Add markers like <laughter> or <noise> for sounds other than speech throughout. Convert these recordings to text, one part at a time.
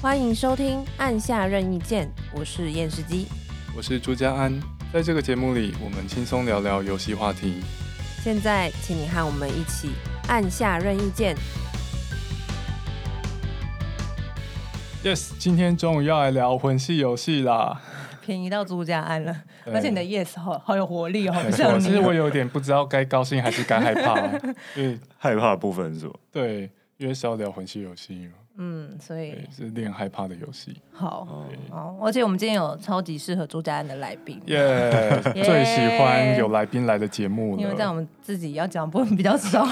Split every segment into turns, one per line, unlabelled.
欢迎收听《按下任意键》，我是验视机。
我是朱家安，在这个节目里，我们轻松聊聊游戏话题。
现在，请你和我们一起按下任意键。
Yes，今天终于要来聊魂系游戏啦！
便宜到朱家安了，
对
而且你的 yes 好好有活力哦，好
没
像
错，
你
其实我有点不知道该高兴还是该害怕、
<laughs>
因为
害怕的部分是什么？
对，因为是要聊魂系游戏嘛，
嗯，所以
对，是令人害怕的游戏。
好好，而且我们今天有超级适合朱家安的来宾，
耶、最喜欢有来宾来的节目
因为在我
了，
们自己要讲部分比较少，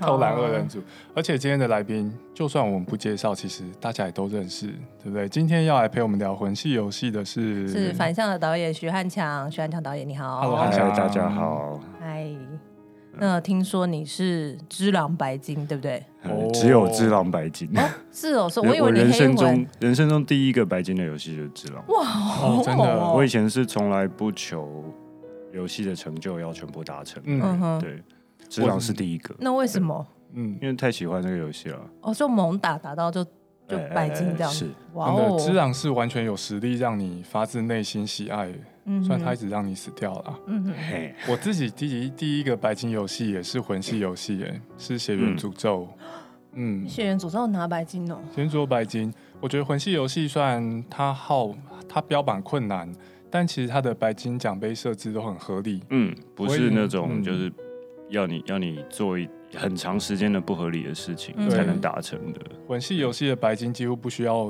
偷懒二人组。
哦
而且今天的来宾，就算我们不介绍，其实大家也都认识，对不对？今天要来陪我们聊魂系游戏的是
是反向的导演徐汉强，徐汉强导演你好
Hello，
嗨
汉强，
大家好，
嗨。那听说你是只狼白金，对不对？
呃
哦
只有《只狼
<laughs>
白金》
是哦，是
我
我以为你
人
黑
生
魂
中，人生中第一个白金的游戏就是《只狼》。
哦，真
好猛
的
哦，
我以前是从来不求游戏的成就要全部达成，
嗯
嗯
哼，
对，《只狼》是第一个，
那为什么？
嗯，
因为太喜欢这个游戏了。
哦，就猛打打到就就
哎哎哎
白金这样，
是
哇
真的，
哦，
知朗是完全有实力让你发自内心喜爱的，
嗯
虽然他一
哼，
直让你死掉了。啊
嗯哼，
嘿，
我自己第一第一个白金游戏也是魂系游戏，哎，是血缘诅咒，嗯，
血缘诅咒拿白金哦，
血缘诅咒白金。我觉得魂系游戏虽然它号它标榜困难，但其实它的白金奖杯设置都很合理。
嗯，不
我以
是那种
嗯
就是要你要你做一很长时间的不合理的事情
嗯
才能达成的。
魂系游戏的白金几乎不需要，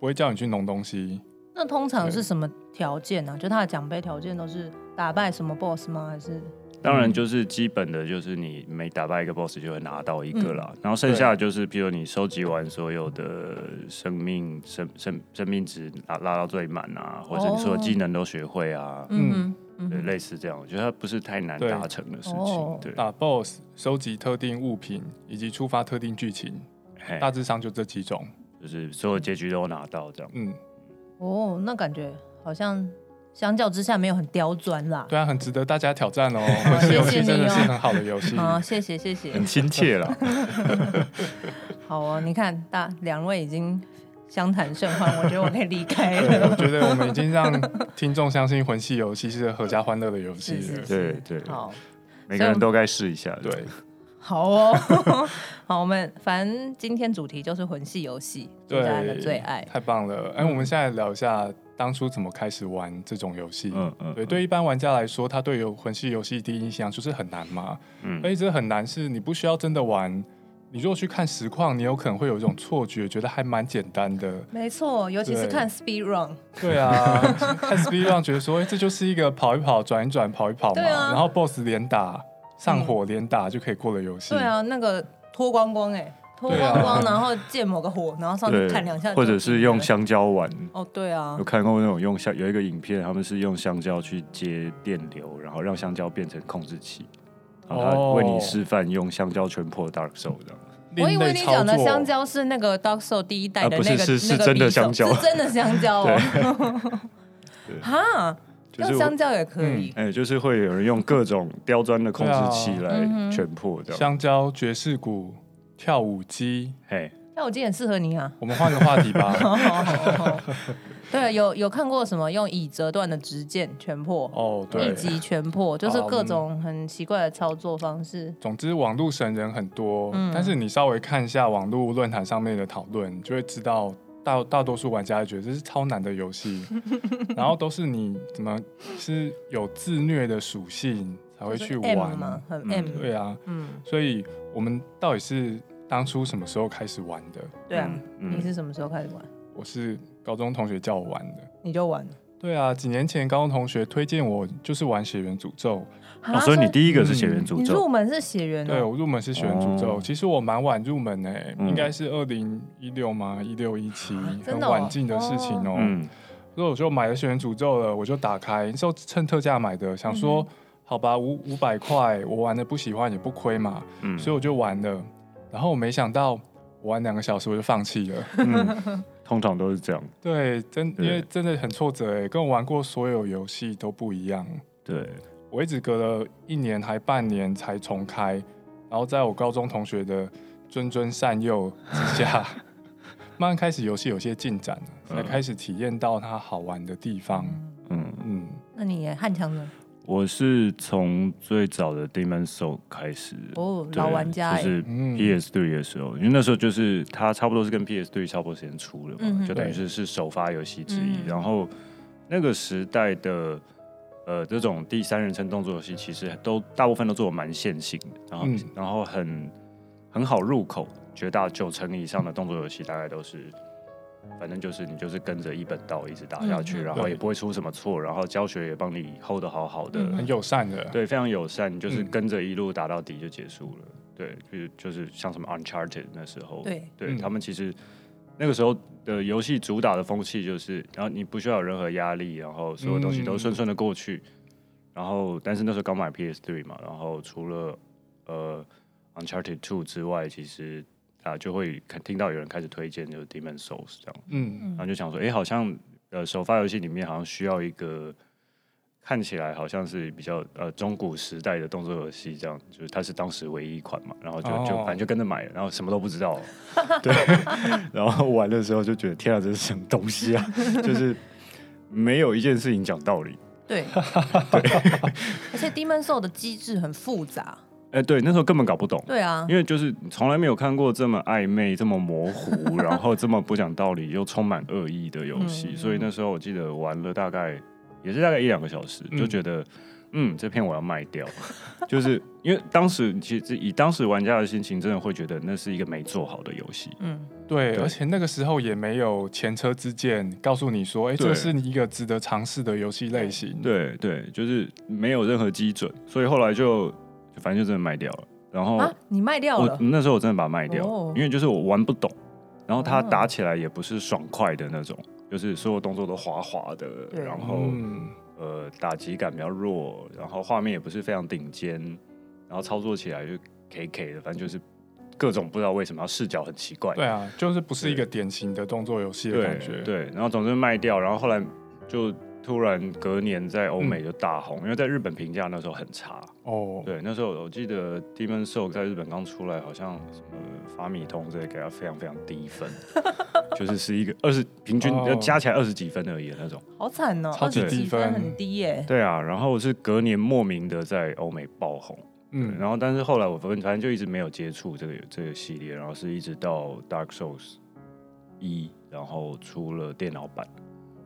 不会叫你去弄东西，
那通常是什么条件呢、就他的奖杯条件都是打败什么 boss 吗？还是
嗯
当然，就是基本的，就是你每打败一个 boss 就会拿到一个啦。然后剩
对
下的就是，譬如你收集完所有的生命生生生命值拉拉到最满啊，或者你所有技能都学会啊，
嗯
嗯嗯
对，
哼
类似这样。我觉得它不是太难
对
达成的事
哦
情。对，
打 BOSS、收集特定物品以及触发特定剧情，
嘿
大致上就这几种。
就是所有结局都拿到这样。
嗯，
哦，那感觉好像相较之下没有很刁钻啦。
对啊，很值得大家挑战
<laughs>
哦。魂系游戏真的是很好的游戏。
好，谢哦谢谢谢
很，亲切
<laughs>
啦，
好哦，你看大两位已经相谈甚欢，我觉得我可以离开
对，我
了。
觉得我们已经让听众相信魂系游戏是合家欢乐的游戏
是
了
是。
对
是，
对
<laughs> 好。
每个人都该试一下。
对，
好哦， <laughs> 好，我们反正今天主题就是魂系游戏，大家的
对，
最爱。
太棒了！哎，我们现在聊一下当初怎么开始玩这种游戏。
嗯嗯，
对，对一般玩家来说，他对游魂系游戏第一印象就是很难嘛。
嗯
而且这很难是你不需要真的玩，你如果去看实况，你有可能会有一种错觉，觉得还蛮简单的。
没错，尤其是
对
看 speed run，
嗯
对 <laughs> 啊，看 speed run 觉得说，哎、这就是一个跑一跑、转一转、跑一跑嘛，
对啊
然后 boss 连打、上火连打就可以过的游戏。
对，啊，那个脱光光哎、脱光光，然后见某个火，然后上去
啊对
看两下，
或者是用香蕉碗。
哦，对啊
有，看过那种用香有一个影片，他们是用香蕉去接电流，然后让香蕉变成控制器，然后
哦
他为你示范用香蕉全破 Dark Soul 这样。
我以
另
为
类
你
操
讲的
作
香，蕉是那个 d o g s o 第一代的那
啊不
个，
是是是
那个
真的
匕首
香蕉
是真的香蕉哦， <laughs>
对
哈，
就是
用
我
香蕉也可以，
哎、就是会有人用各种刁钻的控制器
对
啊
来
嗯哼
全破这样。
香蕉、爵士鼓、跳舞机。
哎、
那我今天很适合你啊。
我们换个话题吧。
<laughs> 好好好好对，啊有有看过什么用已折断的直剑全破，
哦，
一
对，
击全破，就是
啊
好
各种很奇怪的操作方式。
总之网络神人很多，
嗯
但是你稍微看一下网络论坛上面的讨论，就会知道大大多数玩家觉得这是超难的
<laughs>
游戏，然后都是你怎么是有自虐的属性才会
就是
去
M
玩。
嘛，很
嗯
M，
对啊，
嗯，
所以我们到底是当初什么时候开始玩的？
对啊。你
嗯，
是什么时候开始玩？
我是高中同学叫我玩的。
你就玩
对啊，几年前高中同学推荐我就是玩《血缘诅咒》，
哦，所以你第一个是血
嗯
缘诅
你
咒，
入门是血缘
对
哦，
我入门是《血缘诅咒》
哦
其实我蛮晚入门诶、
嗯
应该是二零一六吗？一六一七，
真
很
的哦
晚进的事情哦、
嗯，
所以我就买了《血缘诅咒》了，我就打开，之后趁特价买的，想
嗯
说、好吧，五五百块，我玩的不喜欢也不亏嘛，
嗯
所以我就玩了。然后我没想到我玩两个小时我就放弃了。
嗯通常都是这样。
对，真因
对
为真的很挫折哎，跟我玩过所有游戏都不一样。
对，
我一直隔了一年还半年才重
<laughs>
开，然后在我高中同学的谆谆善诱之下，慢慢开始游戏有些进展了，才
嗯
开始体验到它好玩的地方。
嗯，
嗯，
那你汉强呢？
我是从最早的 Demon Soul 开始的，
哦，
对
老玩家哎、
就是
嗯
PS 对的时候，哦因为那时候就是它差不多是跟 PS 对差不多时间出了嘛，
嗯哼
就等于是是首发游戏之一。
嗯
然后那个时代的呃这种第三人称动作游戏，其实都大部分都做的蛮线性的，然后、
嗯
然后很很好入口，绝大九成以上的动作游戏大概都是。反正就是你就是跟着一本道一直打下去，
嗯嗯
然后也
对
不会出什么错，然后教学也帮你 hold 得好好的，
嗯
很友善的，
对，非常友善，你就是
嗯
跟着一路打到底就结束了。对，就是就是像什么 Uncharted 那时候，
对，
嗯
他们其实那个时候的游戏主打的风气就是，然后你不需要有任何压力，然后所有东西
嗯
都顺顺的过去。然后，但是那时候刚买 PS3 嘛，然后除了呃 Uncharted Two 之外，其实啊就会看听到有人开始推荐就是 Demon Souls 这样。
嗯，
然后就想说，哎、好像呃，首发游戏里面好像需要一个看起来好像是比较呃中古时代的动作游戏，这样就是它是当时唯一一款嘛，然后就、就
哦
反正就跟着买了，然后什么都不知道，对， <laughs> 然后玩的时候就觉得天啊，这是什么东西啊， <laughs> 就是没有一件事情讲道理。 <laughs>
对，而且 Demon Soul 的机制很复杂，
哎、对，那时候根本搞不懂，
对啊，
因为就是从来没有看过这么暧昧、这么模糊，然后这么不讲道理又充满恶意的游戏，
嗯
所以那时候我记得玩了大概也是大概一两个小时，
嗯
就觉得嗯，这片我要卖掉，就是因为当时其实以当时玩家的心情，真的会觉得那是一个没做好的游戏。
嗯，
对，
对
而且那个时候也没有前车之鉴，告诉你说，哎、
对
这是你一个值得尝试的游戏类型。
对对，就是没有任何基准，所以后来就就反正就真的卖掉了。然后
啊，你卖掉
哦我
了，
那时候我真的把它卖掉，
哦
因为就是我玩不懂，然后它
哦
打起来也不是爽快的那种，就是所有动作都滑滑的，
对
然后、
嗯，
呃打击感比较弱，然后画面也不是非常顶尖，然后操作起来就 K K 的，反正就是各种不知道为什么，然后视角很奇怪，
对啊，就是不是一个典型的动作游戏的
对
感觉。，
对，然后总之卖掉，然后后来就突然隔年在
嗯
欧美就大红，因为在日本评价那时候很差，
哦，
对，那时候我记得 Demon Soul 在日本刚出来，好像什么法米通之类，给他非常非常低分， <laughs> 就是是一个二十平均、
哦
加起来二十几分而已的那种。
好惨哦，
超级
20
低
几分
分
很低耶、
对啊，然后是隔年莫名的在欧美爆红，
嗯，
然后但是后来我反正就一直没有接触这个这个系列，然后是一直到 Dark Souls 一，然后出了电脑版，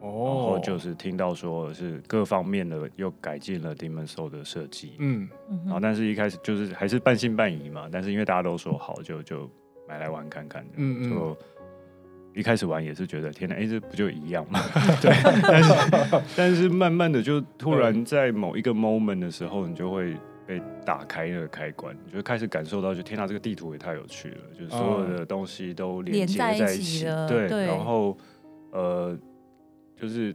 然后
哦，
就是听到说是各方面的又改进了 Demon Soul 的设计，
嗯，
嗯
然后
哼，
但是一开始就是还是半信半疑嘛，但是因为大家都说好，就就买来玩看看。嗯
嗯嗯
就一开始玩也是觉得天哪，哎、这不就一样
<laughs>
吗？ <laughs> 对，但是但是慢慢的就突然在某一个 moment 的时候，你就会被打开那个开关，你就会开始感受到，就天哪，这个地图也太有趣了，就是所有的东西都连接
哦连在
在
一
一
起
起，
了
对，
对
然后呃，就是。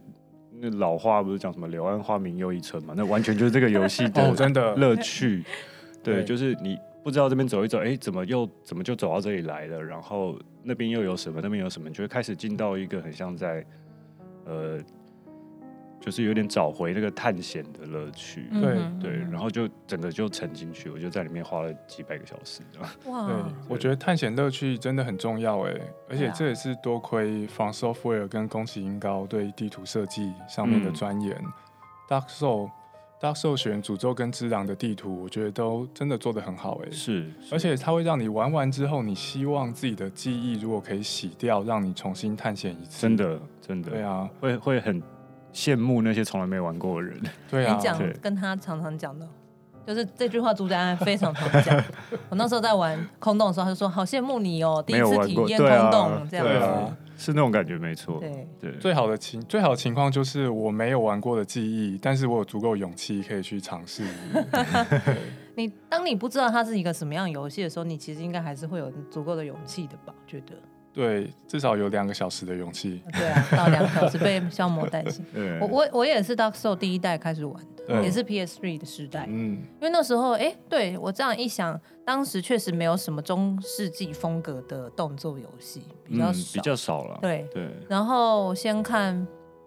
那老话不是讲什么“柳暗花明又一村”嘛？那完全就是这个游戏的
哦，真
呃
的，
乐
<laughs>
趣。对，
对
就是你不知道这边走一走，哎，怎么又怎么就走到这里来了？然后那边又有什么？那边有什么？你就会开始进到一个很像在呃，就是有点找回那个探险的乐趣。
嗯
对
哼
对，
嗯
然后就整个就沉进去，我就在里面花了几百个小时。
哼哇
对，我觉得探险乐趣真的很重要哎，而
对
且
啊
这也是多亏 From Software 跟宫崎英高对地图设计上面的
嗯
钻研。Dark Soul、Dark Soul 选诅咒跟之狼的地图，我觉得都真的做得很好哎。
是，
而且它会让你玩完之后，你希望自己的记忆如果可以洗掉，让你重新探险一次。
真，的真的，
对啊，
会会很羡慕那些从来没玩过的
<laughs>
人。
对啊
你，讲
对
跟他常常讲的，就是这句话朱家安非常常讲。 <laughs> 我那时候在玩空洞的时候，他就说好羡慕你哦，第一
没有
次
玩
体
过
验
对
空
啊
洞这样
对
子。
啊。
是那种感觉，没错。
对，
对，
最好的情最好的情况就是我没有玩过的记忆，但是我有足够勇气可以去尝
<laughs>
试。
你当你不知道它是一个什么样的游戏的时候，你其实应该还是会有足够的勇气的吧？觉得
对，至少有两个小时的勇气。
对啊，到两个小时 <laughs> 被消磨殆尽。
对
我我我也是 Dark Soul 第一代开始玩的，
嗯
也是 PS 3的时代，因
嗯，
为那时候哎、诶对我这样一想，当时确实没有什么中世纪风格的动作游戏，比较
嗯
少。
比较少了。
对
对，
然后先看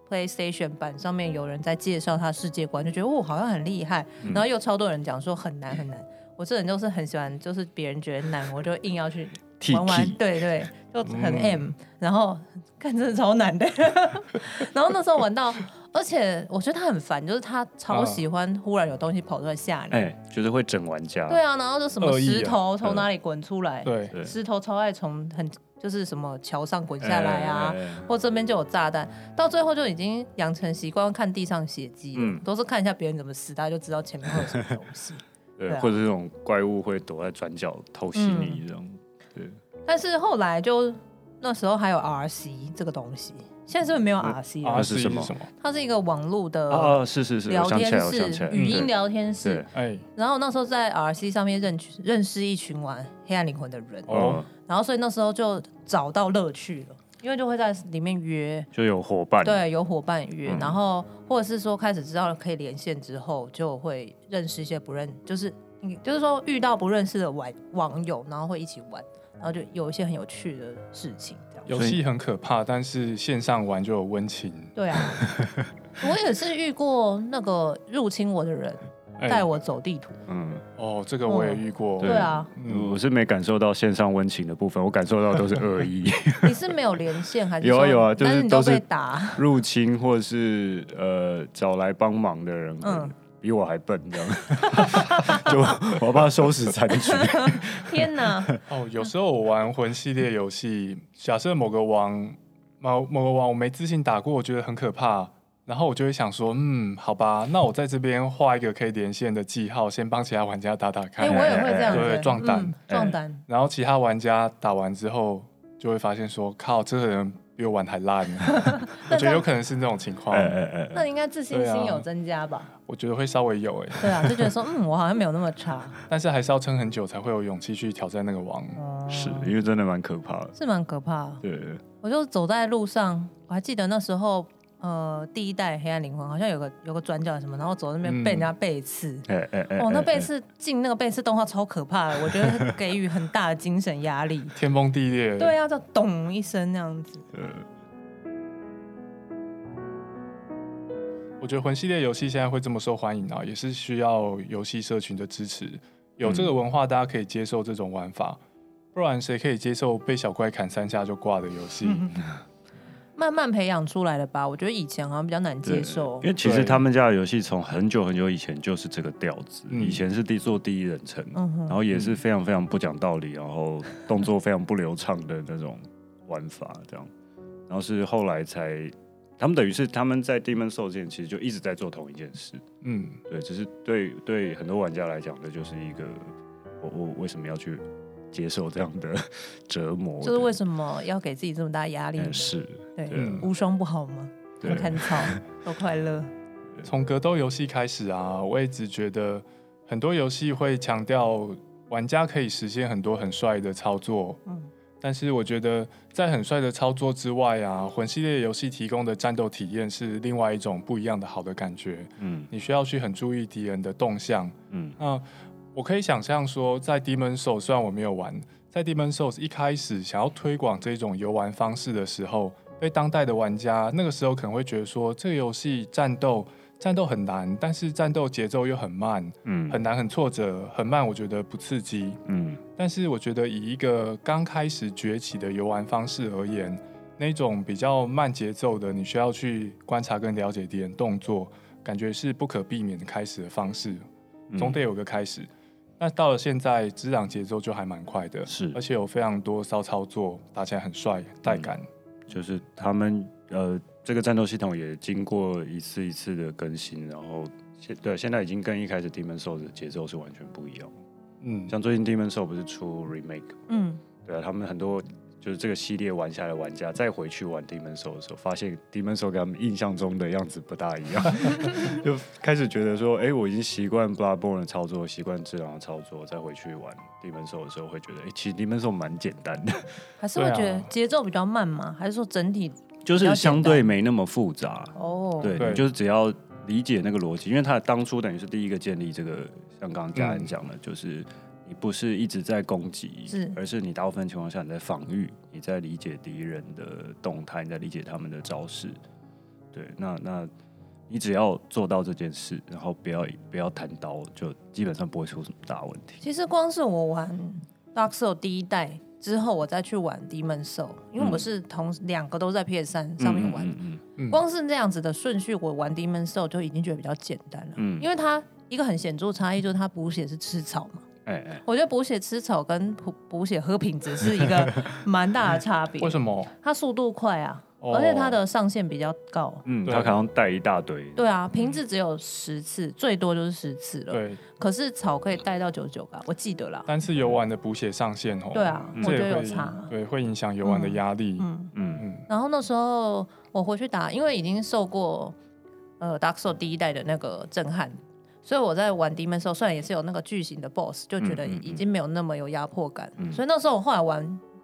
PlayStation 版上面有人在介绍他世界观，就觉得哦好像很厉害，
嗯
然后又超多人讲说很难
<laughs>
很难。我这人就是很喜欢，就是别人觉得难，我就硬要去
替
玩
嗯
玩。对对，就很 M，、然后看真的超难的。 <laughs> 然后那时候玩到，而且我觉得他很烦，就是他超喜欢忽然有东西跑出来吓你。
哎、就是会整玩家。
对啊，然后就什么
恶意啊
石头从哪里滚出来，
对，
对
石头超爱从很就是什么桥上滚下来啊
哎，哎哎
或这边就有炸弹，到最后就已经养成习惯看地上血迹了，
嗯
都是看一下别人怎么死，大家就知道前面会有什么东西。
对，
对啊嗯
或者这种怪物会躲在转角偷袭你这样。
但是后来就那时候还有 RC 这个东西，现在是不是没有
嗯
RC 了？
啊
那是
是
什么
什么？
它是一个网络的
啊，是是是，
呃聊
我想起
天
来，我想起
室
来，，嗯
语音
对
聊天室
对。，
哎，
然后那时候在 RC 上面认群认识一群玩黑暗灵魂的人，
哦
哦，
然后所以那时候就找到乐趣了，因为就会在里面约。
就有伙伴，
对，有伙伴约，
嗯
然后或者是说开始知道可以连线之后，就会认识一些不认，就是你就是说遇到不认识的网网友，然后会一起玩，然后就有一些很有趣的事情这样。
游戏很可怕，但是线上玩就有温情。
对啊，
<laughs>
我也是遇过那个入侵我的人
哎
带我走地图，
嗯，
哦，这个我也遇过。
对啊，
嗯，
我是没感受到线上温情的部分，我感受到都是
<laughs>
恶意
你是没有连线还是
有啊
说
有啊就是
但是你都
都是
被打， <laughs>
入侵，或是呃找来帮忙的人，
嗯
比我还笨
<laughs>
这样， <laughs> 就我要帮他收拾残局。
哦天
<laughs>
哪！
哦，有时候我玩魂系列游戏，假设某个王某某个王我没自信打过，我觉得很可怕，然后我就会想说，嗯，好吧，那我在这边画一个可以连线的记号，先帮其他玩家打打
哎、
看。
我也会这样子、
对撞单
嗯
哎
撞单，
然后其他玩家打完之后，就会发现说，靠，这个人比我玩还
<laughs>
烂。我觉得有可能是那种情况，
<laughs> 哎哎哎
那你应该自信心
对啊
有增加吧？
我觉得会稍微有哎、
对啊，就觉得说，嗯，我好像没有那么差。
但是还是要撑很久才会有勇气去挑战那个王。
哦
哎，是因为真的蛮可怕的。
是蛮可怕的。
对，
我就走在路上，我还记得那时候，呃，第一代黑暗灵魂好像有个有个转角什么，然后走到那边
嗯
被人家背刺。
哎哎哎，
哦，那
哎
背
哎
刺进那个背刺动画超可怕的，我觉得给予很大的精神压
<laughs>
力。
天崩地裂，
对啊，就咚一声那样子。
对
我觉得魂系列游戏现在会这么受欢迎啊，也是需要游戏社群的支持，有
嗯
这个文化，大家可以接受这种玩法，不然谁可以接受被小怪砍三下就挂的游
<laughs>
戏？
慢慢培养出来的吧，我觉得以前好像比较难接受
因。为其实
对
他们家的游戏从很久很久以前就是这个调子，
嗯
以前是第做第一人称，
嗯哼
然后也是非常非常不讲道理，然后动作非常不流畅的那种玩法，这样，然后是后来才，他们等于是他们在 Demon Soul 之前其实就一直在做同一件事，
嗯，
对，只是对对很多玩家来讲，这就是一个我我为什么要去接受这样的折磨，
就是为
么
什么要给自己这么大压力呢？
是，
对，
嗯
无双不好吗？
对
多看
<laughs>
草，多快乐。
从格斗游戏开始啊，我一直觉得很多游戏会强调玩家可以实现很多很帅的操作，
嗯
但是我觉得在很帅的操作之外啊，魂系列游戏提供的战斗体验是另外一种不一样的好的感觉。
嗯
你需要去很注意敌人的动向。
嗯
那我可以想象说，在 Demon Souls 虽然我没有玩，在 Demon Souls 一开始想要推广这种游玩方式的时候，被当代的玩家那个时候可能会觉得说，这个游戏战斗战斗很难，但是战斗节奏又很慢，
嗯
很难很挫折，很慢，我觉得不刺激。
嗯
但是我觉得以一个刚开始崛起的游玩方式而言，那种比较慢节奏的，你需要去观察跟了解敌人动作，感觉是不可避免的开始的方式，
嗯
总得有个开始。那到了现在，滋长节奏就还蛮快的，
是
而且有非常多骚操作，打起来很帅，带
嗯
感。
就是他们呃，这个战斗系统也经过一次一次的更新，然后现对现在已经跟一开始 Demon Soul 的节奏是完全不一样。
嗯，
像最近 Demon Soul 不是出 remake，
嗯，
对啊，他们很多就是这个系列玩下来的玩家再回去玩 Demon Soul 的时候，发现 Demon Soul 跟他们印象中的样子不大一样，就开始觉得说，哎、我已经习惯 Bloodborne 的操作，习惯智狼的操作，再回去玩 Demon Soul 的时候，会觉得，哎、其实 Demon Soul 蛮简单的，
还是会
对啊
觉得节奏比较慢吗？还是说整体
就是相对没那么复杂。
哦，
对，
对
你就是只要理解那个逻辑，因为他当初等于是第一个建立这个，像刚刚家人讲的，就是你不是一直在攻击，
是
而是你大部分情况下你在防御，你在理解敌人的动态，你在理解他们的招式。对，那那你只要做到这件事，然后不要不要弹刀，就基本上不会出什么大问题。
其实光是我玩 Dark Soul 第一代，之后我再去玩 Demon Soul，因为我是同两个都在 PS 三上面玩，
嗯嗯
嗯
光是这样子的顺序，我玩 Demon Soul 就已经觉得比较简单了，
嗯
因为它一个很显著差异就是它补血是吃草嘛。
哎哎，
我觉得补血吃草跟补补血喝瓶子是一个蛮大的差别。
为什么？
它速度快啊，
哦
而且它的上限比较高。
嗯，
对
他好像带一大堆，
对啊，瓶子只有十次，最多就是十次了。
对
可是草可以带到九十九个啊，我记得啦。
单次游玩的补血上限哦，
对啊
这
我觉
也
得有
会
差
对，会影响游玩的压力。
嗯，
嗯
嗯
然后那时候我回去打，因为已经受过呃 Dark Soul 第一代的那个震撼，所以我在玩 Demon Soul 虽然也是有那个巨型的 BOSS，就觉得
嗯嗯嗯
已经没有那么有压迫感。
嗯
所以那时候我后来玩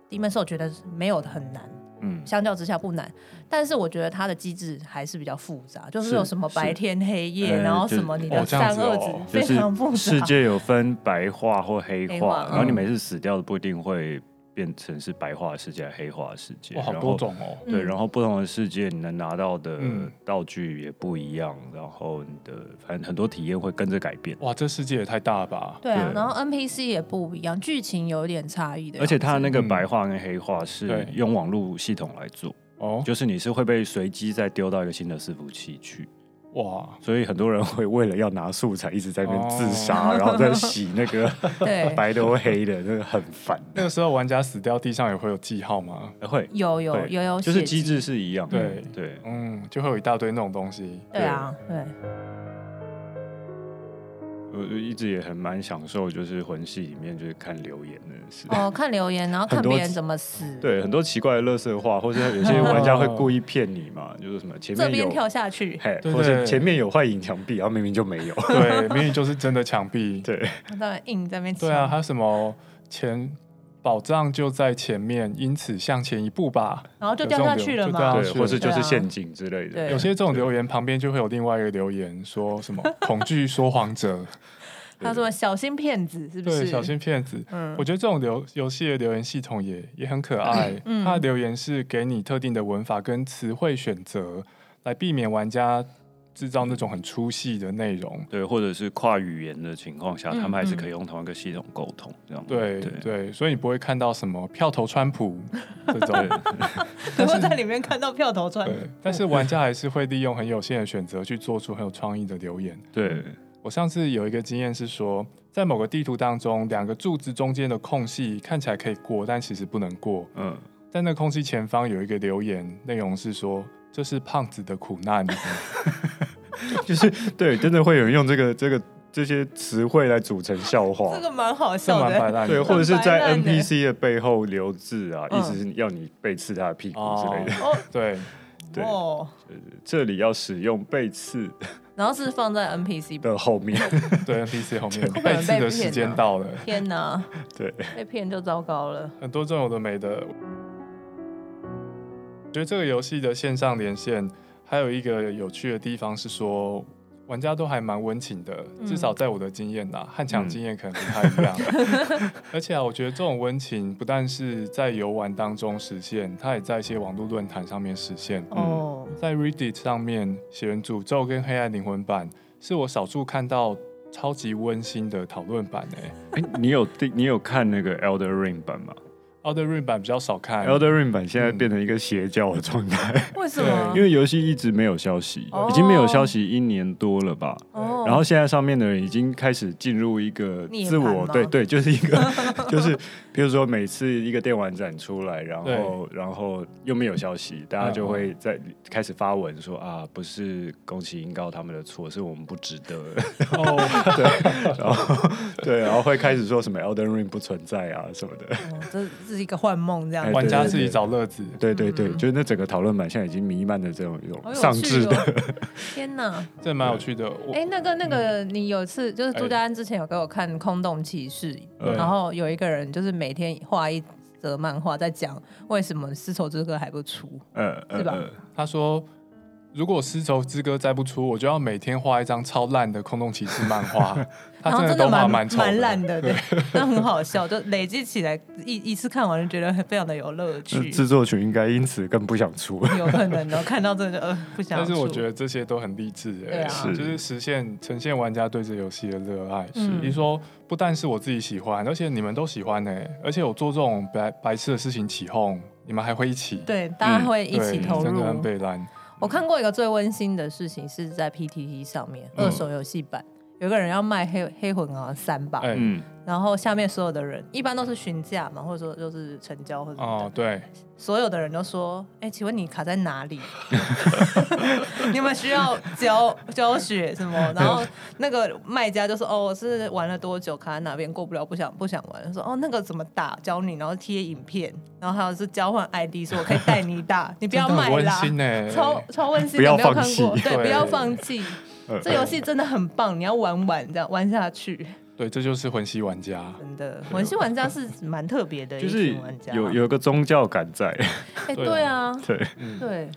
Demon Soul 觉得没有很难，
嗯，
相较之下不难，但是我觉得它的机制还是比较复杂，就是
是
有什么白天黑夜，
呃
然后
就
什么你
哦
的
这样
善
子
恶
哦
值
就
非
是
常复杂。
世界有分白化或黑
黑
化
化，
然后你
嗯
每次死掉的不一定会变成是白化世界、还是黑化世界，
哇，好
然
多
后
种哦。
对，
嗯
然后不同的世界你能拿到的
嗯
道具也不一样，然后你的反正很多体验会跟着改变，
哇，这世界也太大了吧！
对啊，
对
然后 NPC 也不一样，剧情有一点差异的样
而
子。
且它那个
嗯
白化跟黑化是
对
用网络系统来做，
哦，
就是你是会被随机再丢到一个新的伺服器去，
哇，
所以很多人会为了要拿素材一直在那边自杀，
哦
然后再洗那个
<laughs> 对
白的或黑的，那个很烦。
那个时候玩家死掉，地上也会有记号吗？
会
有有
会
有有
就是
血迹
机制是一样的，
对
对
嗯，就会有一大堆那种东西。
对啊，对，
我我一直也很蛮享受，就是魂系里面就是看留言的事。
哦，看留言，然后看
很多
别人怎么死，
对，很多奇怪的乐色话，或者有些玩家会故意骗你嘛，就是什么前
这
面
边
有
跳下去，
嘿，
哦对
或
对啊
者前面有坏影墙壁，然后明明就没有。
对，明明就是真的墙壁。
对，
当然硬在那边
对啊，还
抢，
有什么前宝藏就在前面，因此向前一步吧。
然后就掉下去了嘛
有这种留就掉。
对，或是就是
对啊
陷阱之类的。
对
有些这种留言旁边就会有另外一个留言说什么恐惧说谎者，
他说小心骗子 <laughs> 是不
对，
是？
小心骗子。
嗯， <laughs>
我觉得这种游游戏的留言系统也也很可爱，
嗯
它的留言是给你特定的文法跟词汇选择，来避免玩家制造那种很粗细的内容。
对，或者是跨语言的情况下，
嗯
他们还是可以用同一个系统沟通，这样
对
对
对所以你不会看到什么票投川普这
<laughs>
种
<laughs> 对，
能够在里面看到票头穿，
对， <laughs> 但是玩家还是会利用很有限的选择去做出很有创意的留言。
对
我上次有一个经验是说，在某个地图当中，两个柱子中间的空隙看起来可以过，但其实不能过。
嗯， <laughs>
在那空隙前方有一个留言，内容是说这是胖子的苦难。
就是对，真的会有人用这个这个这些词汇来组成笑话
这。个蛮好
这
笑
蛮白
的。
烂的，
对，或者是在
很白烂欸
NPC 的背后留字啊，
嗯
意思是要你背刺他的屁股之类的。
哦
<laughs> 对
对
哦，
这里要使用背刺
然后是放在 NPC
的后 <laughs> 面，
对 NPC 后面
会不会
被
有人
刺
被
的时
骗
间
啊
到了，
天
<laughs>
哪，
对，
被骗就糟糕了。
很多这种有的没的。我觉得这个游戏的线上连线还有一个有趣的地方是说，玩家都还蛮温情的，
嗯
至少在我的经验呐，汉强
嗯
经验可能不太一样。 <laughs> 而且啊，我觉得这种温情不但是在游玩当中实现，它也在一些网络论坛上面实现。
哦，
在 Reddit 上面，《写人诅咒》跟《黑暗灵魂版》是我少数看到超级温馨的讨论版欸诶、
哎，你有第你有看那个 Elder Ring 版吗
Elder Ring 版比较少看。
？Elder 嗯 Ring 版现在变成一个邪教的状态，
为什么？
嗯因为游戏一直没有消息，
哦
已经没有消息一年多了吧。
哦，
然后现在上面的人已经开始进入一个
涅槃
自我，
吗
对
<laughs>
对，就是一个就是，比如说每次一个电玩展出来，然后然后又没有消息，大家就会在开始发文说啊，不是宫崎英高他们的错，是我们不值 <laughs> 得，
哦，
然后对，然后会开始说什么 Elden Ring 不存在啊什么的，
哦这这是一个幻梦这样
哎。
玩家自己找乐子。
对对对，就是那整个讨论版现在已经弥漫着这种一
嗯好
种
有
丧
趣
志的，
哦！天哪！
这蛮有趣的。我嗯哎
哎，那个那个，你有一次就是朱家安之前有给我看《空洞骑士》，
对
然后有一个人就是每天画一则漫画，在讲为什么《丝绸之歌》还不出。
呃
是吧嗯
呃，
他说，如果《丝绸之歌》再不出，我就要每天画一张超烂的空洞骑士漫
<laughs>
画。他
然后
啊的
真
都画
蛮
蛮丑
蛮烂
<laughs>
的，对，但很好笑，就累积起来一一次看完就觉得很非常的有乐
呃
趣，
制作群应该因此更不想出。
有可能然后 <laughs> 看到这个就呃不想
但
出。
是我觉得这些都很励志、欸，
对啊
是
就是实现呈现玩家对这游戏的热爱。
嗯
比如说，不但是我自己喜欢，而且你们都喜欢呢、而且我做这种白白痴的事情起哄，你们还会一起，
对，大家会一起
嗯对
投
真
入
的。很北蓝。
我看过一个最温馨的事情是在 PTT 上面，
嗯
二手游戏版。有个人要卖黑黑魂啊三吧，
哎、
嗯，
然后下面所有的人一般都是询价嘛，或者说就是成交或者什么的
哦，对，
所有的人都说：“哎、请问你卡在哪
<laughs>
里？ <laughs> 你们需要教教学什么？”然
<laughs>
后那个卖家就说：“哦，我是玩了多久，卡在哪边过不了，不想不想玩。”说：“哦，那个怎么打？教你，然后贴影片，然后还有是交换 ID，说我可以带你打，你不要
真的
卖
很温
啦。”
馨呢、欸
超超温馨
不
的，
要
没有看
放弃
过，对，
对
不要放弃，
呃
这游戏真的很棒，你要玩玩这样玩下去，
对，这就是魂系玩家。
真的，魂系玩家是蛮特别
呃
的
就
一
是
群玩家，
有有一个宗教感在，
哎，对啊，
对，
嗯，
对，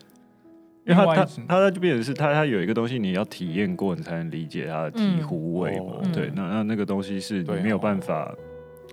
另
因为它
外
它
一种
它它就变成是它它有一个东西你要体验过，你才能理解它的醍醐味嘛。
嗯
哦
对，那那那个东西是你
对哦
没有办法、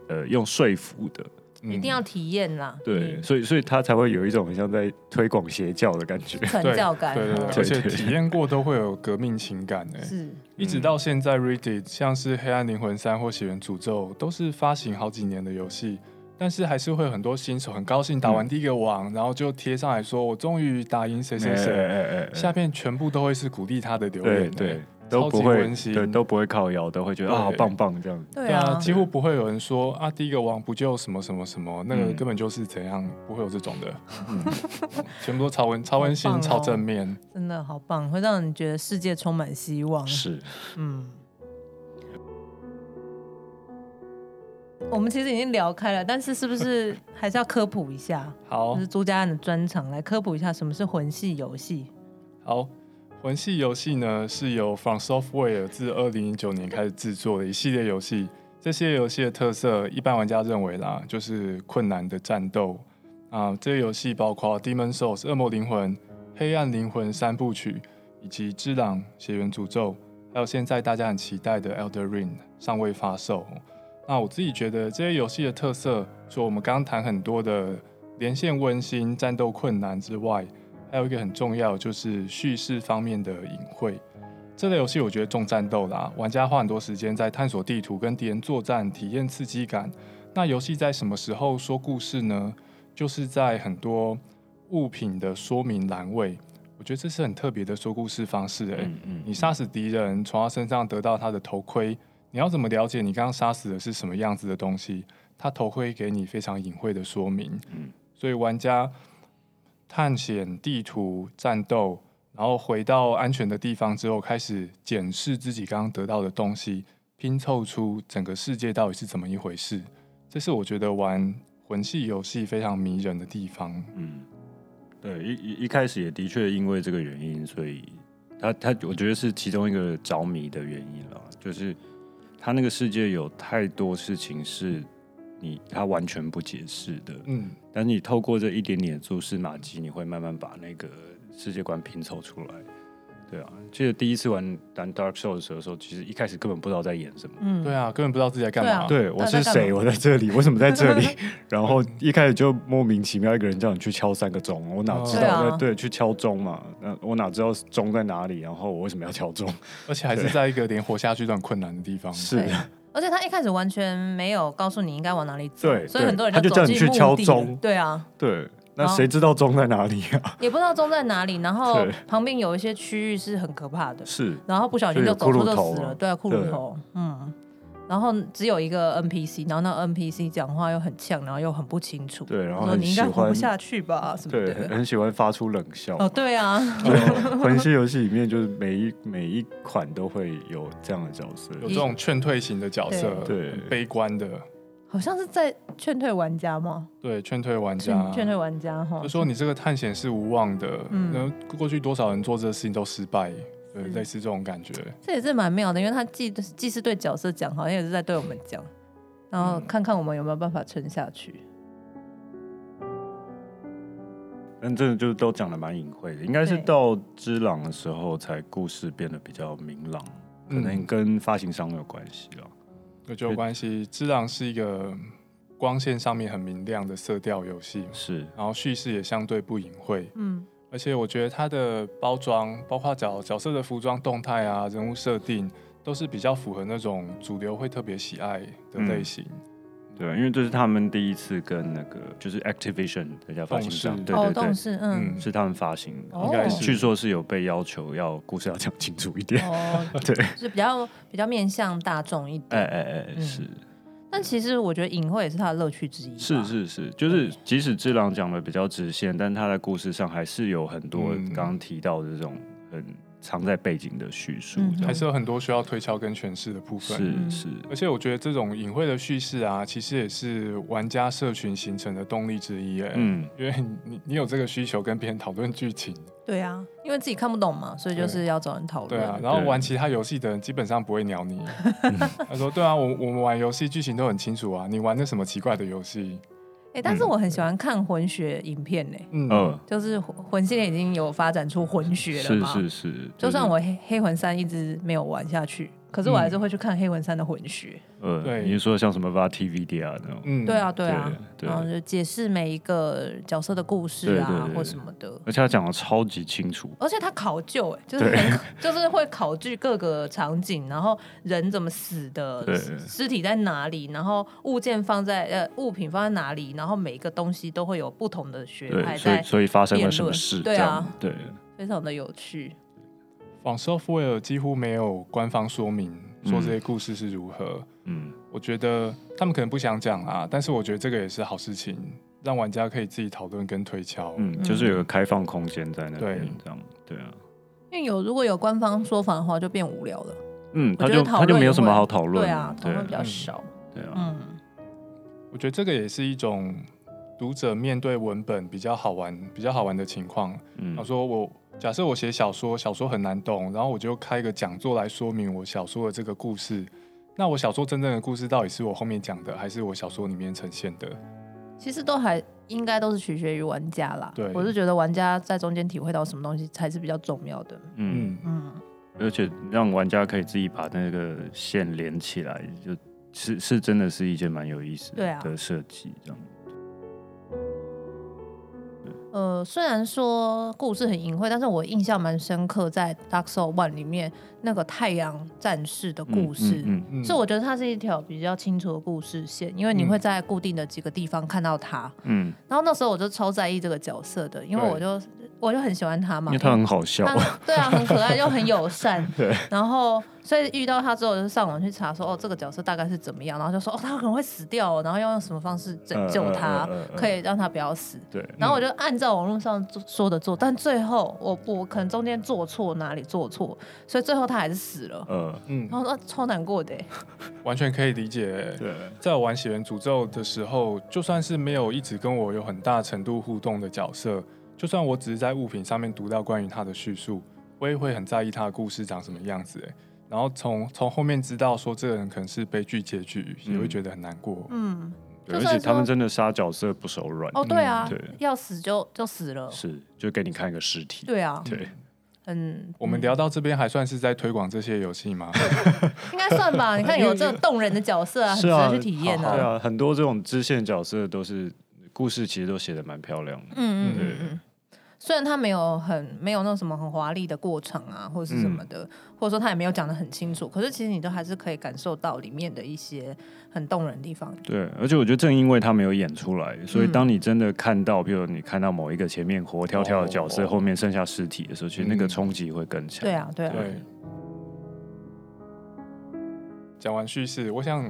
呃用说服的，
嗯
一定要体验啦，
对，
嗯
所以所以它
他才会有一种很像在推广邪教的感
<laughs>
觉。
传
对
教感，
对对，
嗯
对
对
哦而且
对嗯
体验过都会有革命情感哎、
是
一直到现在，Reddit 像是《黑暗灵魂三》或《血缘诅咒》都是发行好几年的游戏，但是还是会有很多新手很高兴打完第一个网，然后就贴上来说我终于打赢谁谁
<laughs>
谁，
哎
下面全部都会是鼓励他的留
对
言，欸哎
啊
对，
都不
超级
会
温，馨
对，都不会靠腰，都会觉得
对
啊，好棒棒这样。
对
对啊，
啊，
几乎不会有人说啊第一个网不就什么什么什么，那个
嗯
根本就是怎样，不会有这种的，
嗯
<laughs> 全部都超温超温馨、
好棒哦
超正面。
真的好棒，会让你觉得世界充满希望，
是
嗯。我们其实已经聊开了，但是是不是还是要科普一下？
好
就，是朱家安的专场，来科普一下什么是魂系游戏。
好，魂系游戏呢是由 From Software 自二零一九年开始制作的一系列游戏。这些游戏的特色，一般玩家认为啦，就是困难的战斗啊。这些游戏包括《Demon Souls》恶魔灵魂、《黑暗灵魂》三部曲，以及《之狼》血缘诅咒，还有现在大家很期待的《Elder Ring》尚未发售。那我自己觉得这些游戏的特色，除了我们刚刚谈很多的连线温馨、战斗困难之外，还有一个很重要就是叙事方面的隐晦。这类游戏我觉得重战斗啦，玩家花很多时间在探索地图、跟敌人作战，体验刺激感。那游戏在什么时候说故事呢？就是在很多物品的说明栏位，我觉得这是很特别的说故事方式、欸。
嗯嗯
你杀死敌人，从他身上得到他的头盔，你要怎么了解你刚刚杀死的是什么样子的东西？他头盔给你非常隐晦的说明。
嗯
所以玩家探险、地图、战斗，然后回到安全的地方之后，开始检视自己刚刚得到的东西，拼凑出整个世界到底是怎么一回事。这是我觉得玩魂系游戏非常迷人的地方。
嗯，对，一一一开始也的确因为这个原因，所以他他我觉得是其中一个着迷的原因了，就是他那个世界有太多事情是你他完全不解释的，
嗯，
但是你透过这一点点蛛丝马迹，你会慢慢把那个世界观拼凑出来。对啊，记得第一次玩玩 Dark Souls 的时候，其实一开始根本不知道在演什么。
嗯，
对啊，根本不知道自己在干嘛。
对
对，我
大
是
家干
谁？
嘛
我在这里，为什么在这
<laughs>
里？然后一开始就莫名其妙一个人叫你去敲三个钟，我哪知
对
道？
啊
那对，去敲钟嘛，那我哪知道钟在哪里？然后我为什么要敲钟？
而且还是在一个连活下去都很困难的地方。
是
对而且他一开始完全没有告诉你应该往哪里走，
对
所以很多
对他
人
就叫
走
你
进
去敲
墓地了
钟
对啊，
对，那
然后
谁知道钟在哪里啊？
也不知道钟在哪里，然后
对
旁边有一些区域是很可怕的，
是，
然后不小心就走
就有骷髅
错就
头
死
啊
了，对啊，骷髅头，嗯，然后只有一个 NPC，然后那 NPC 讲话又很呛，然后又很不清楚，
对，然后
说
很
哦你应
喜
该活
欢
不，下去吧什么
对，很
的，
很喜欢发出冷笑。
哦，对啊，
对魂系游戏里面就是每一每一款都会有这样的角色，
有这种劝退型的角色，
对
很悲观的，
好像是在劝退玩家嘛，
对，劝退玩
啊
家，
劝劝退玩家哈
就，说你这个探险是无望的，
嗯
然后过去多少人做这个事情都失败，对，
是
类似这种感觉，
这也是蛮妙的，因为他既既是对角色讲，好像也是在对我们讲，然
嗯
后看看我们有没有办法撑下去。
但真的就是都讲的蛮隐晦的，应该是
对
到《之狼》的时候才故事变得比较明朗，可能
嗯，
跟发行商有关系啊。
我觉得有关系。《之狼》是一个光线上面很明亮的色调游戏嘛，
是，
然后叙事也相对不隐晦，
嗯，
而且我觉得它的包装，包括角角色的服装动态啊、人物设定，都是比较符合那种主流会特别喜爱的
嗯
类型。
对，啊因为这是他们第一次跟那个就是 Activision 这家发行商，
动视
对
哦，
对
动
对，
视，嗯，
嗯
是他们发行的，
哦
应该是
据说是有被要求要故事要讲清楚一点。
哦，
对，
是比较比较面向大众一点。
<laughs> 哎哎哎，
嗯
是
但其实我觉得隐晦也是它的乐趣之一吧。
是是是，就是即使之狼讲的比较直线，但他在故事上还是有很多
嗯
刚刚提到的这种很藏在背景的叙述
嗯，
这
还
样
是有很多需要推敲跟诠释的部分。
是是，
而且我觉得这种隐晦的叙事啊，其实也是玩家社群形成的动力之一、欸。嗯，
嗯，
因为你你有这个需求跟别人讨论剧情，
对啊，因为自己看不懂嘛，所以就是要找人讨
对
论。
啊，然后
对
玩其他游戏的人基本上不会鸟 <laughs> 你。他说：“对啊，我我们玩游戏剧情都很清楚啊，你玩的什么奇怪的游戏
哎，但是
嗯
我很喜欢看混血影片呢，？”
嗯，
呃，
就是混混系列已经有发展出混血了
是
嘛。
是是，
就是算我黑黑魂三一直没有玩下去，可是我
嗯
还是会去看黑魂三的混血。
呃，
对
你是说像什么 VTVD 啊那种，
嗯
对啊，，对啊，
对
然后
对，
就解释每一个角色的故事
对对
啊
对，对
或什么的。
而且他讲的超级清楚，
而且他考究、哎，就是很就是会考 <laughs> 据各个场景，然后人怎么死的
对，
尸体在哪里，然后物件放在呃物品放在哪里，然后每一个东西都会有不同的学派
对，所以
在，
所以发生了什
辩
么
论
事，
对
这
啊
样，对，
非常的有趣。
仿 Software 几乎没有官方说明说这些故事是如何。
嗯，
我觉得他们可能不想讲啊，但是我觉得这个也是好事情，让玩家可以自己讨论跟推敲。
嗯，就是有个开放空间在那边
对，
这样，对啊，
因为有如果有官方说法的话，就变无聊了。
嗯，
我
他
觉得
就
讨
他就
论
没有
也
什么
会
好讨论
对啊，讨
对
论比较
嗯
少。
对啊，
嗯，
我觉得这个也是一种读者面对文本比较好玩、比较好玩的情况。他
嗯，
说我假设我写小说，小说很难懂，然后我就开一个讲座来说明我小说的这个故事。那我小说真正的故事到底是我后面讲的，还是我小说里面呈现的？
其实都还应该都是取决于玩家啦。
对
我是觉得玩家在中间体会到什么东西才是比较重要的。
嗯，
嗯，
嗯，
而且让玩家可以自己把那个线连起来，就是是真的是一件蛮有意思
对啊
的设计，这样，
呃，虽然说故事很隐晦，但是我印象蛮深刻，在《Dark Soul One》里面那个太阳战士的故事，
嗯嗯
嗯
所以我觉得它是一条比较清楚的故事线，因为你会
嗯
在固定的几个地方看到他。
嗯，
然后那时候我就超在意这个角色的，因为
对
我就我就很喜欢他嘛，
因为它很好笑
他，对啊，很可爱又很友善。
<laughs>
对。然后，所以遇到他之后，我就上网去查说，哦，这个角色大概是怎么样，然后就说，哦，他可能会死掉哦、然后要用什么方式拯救他，
嗯嗯嗯嗯嗯
可以让他不要死。
对，
然后我就按照网络上做说的做，但最后我我可能中间做错哪里做错，所以最后他还是死了。
呃，
嗯，
然后啊，超难过的欸，
完全可以理解。
对，
在我玩《血缘诅咒》的时候，就算是没有一直跟我有很大程度互动的角色，就算我只是在物品上面读到关于他的叙述，我也会很在意他的故事长什么样子。哎，然后从从后面知道说这个人可能是悲剧结局，
嗯
也会觉得很难过。
嗯，
对
就
而
算
且他们
说
真的杀角色不手软，
哦，对啊，
嗯对
要死就就死了，
是就给你看一个尸体，
对啊，
对，
嗯，
我们聊到这边还算是在推广这些游戏吗？
应该算吧？你看有这种动人的角色
<laughs>
啊，很值
是啊
得去体验
对啊，很多这种支线角色都是故事其实都写的蛮漂亮的，
嗯嗯
对
嗯嗯。虽然他没有很没有那种什么很华丽的过场啊，或者是什
嗯
么的，或者说他也没有讲的很清楚，可是其实你都还是可以感受到里面的一些很动人的地方。
对，而且我觉得正因为他没有演出来，所以
嗯
当你真的看到，比如你看到某一个前面活跳跳的角色，
哦
后面剩下尸体的时候，其实那个
嗯
冲击会更强。
对啊，对啊，
对。讲完叙事，我想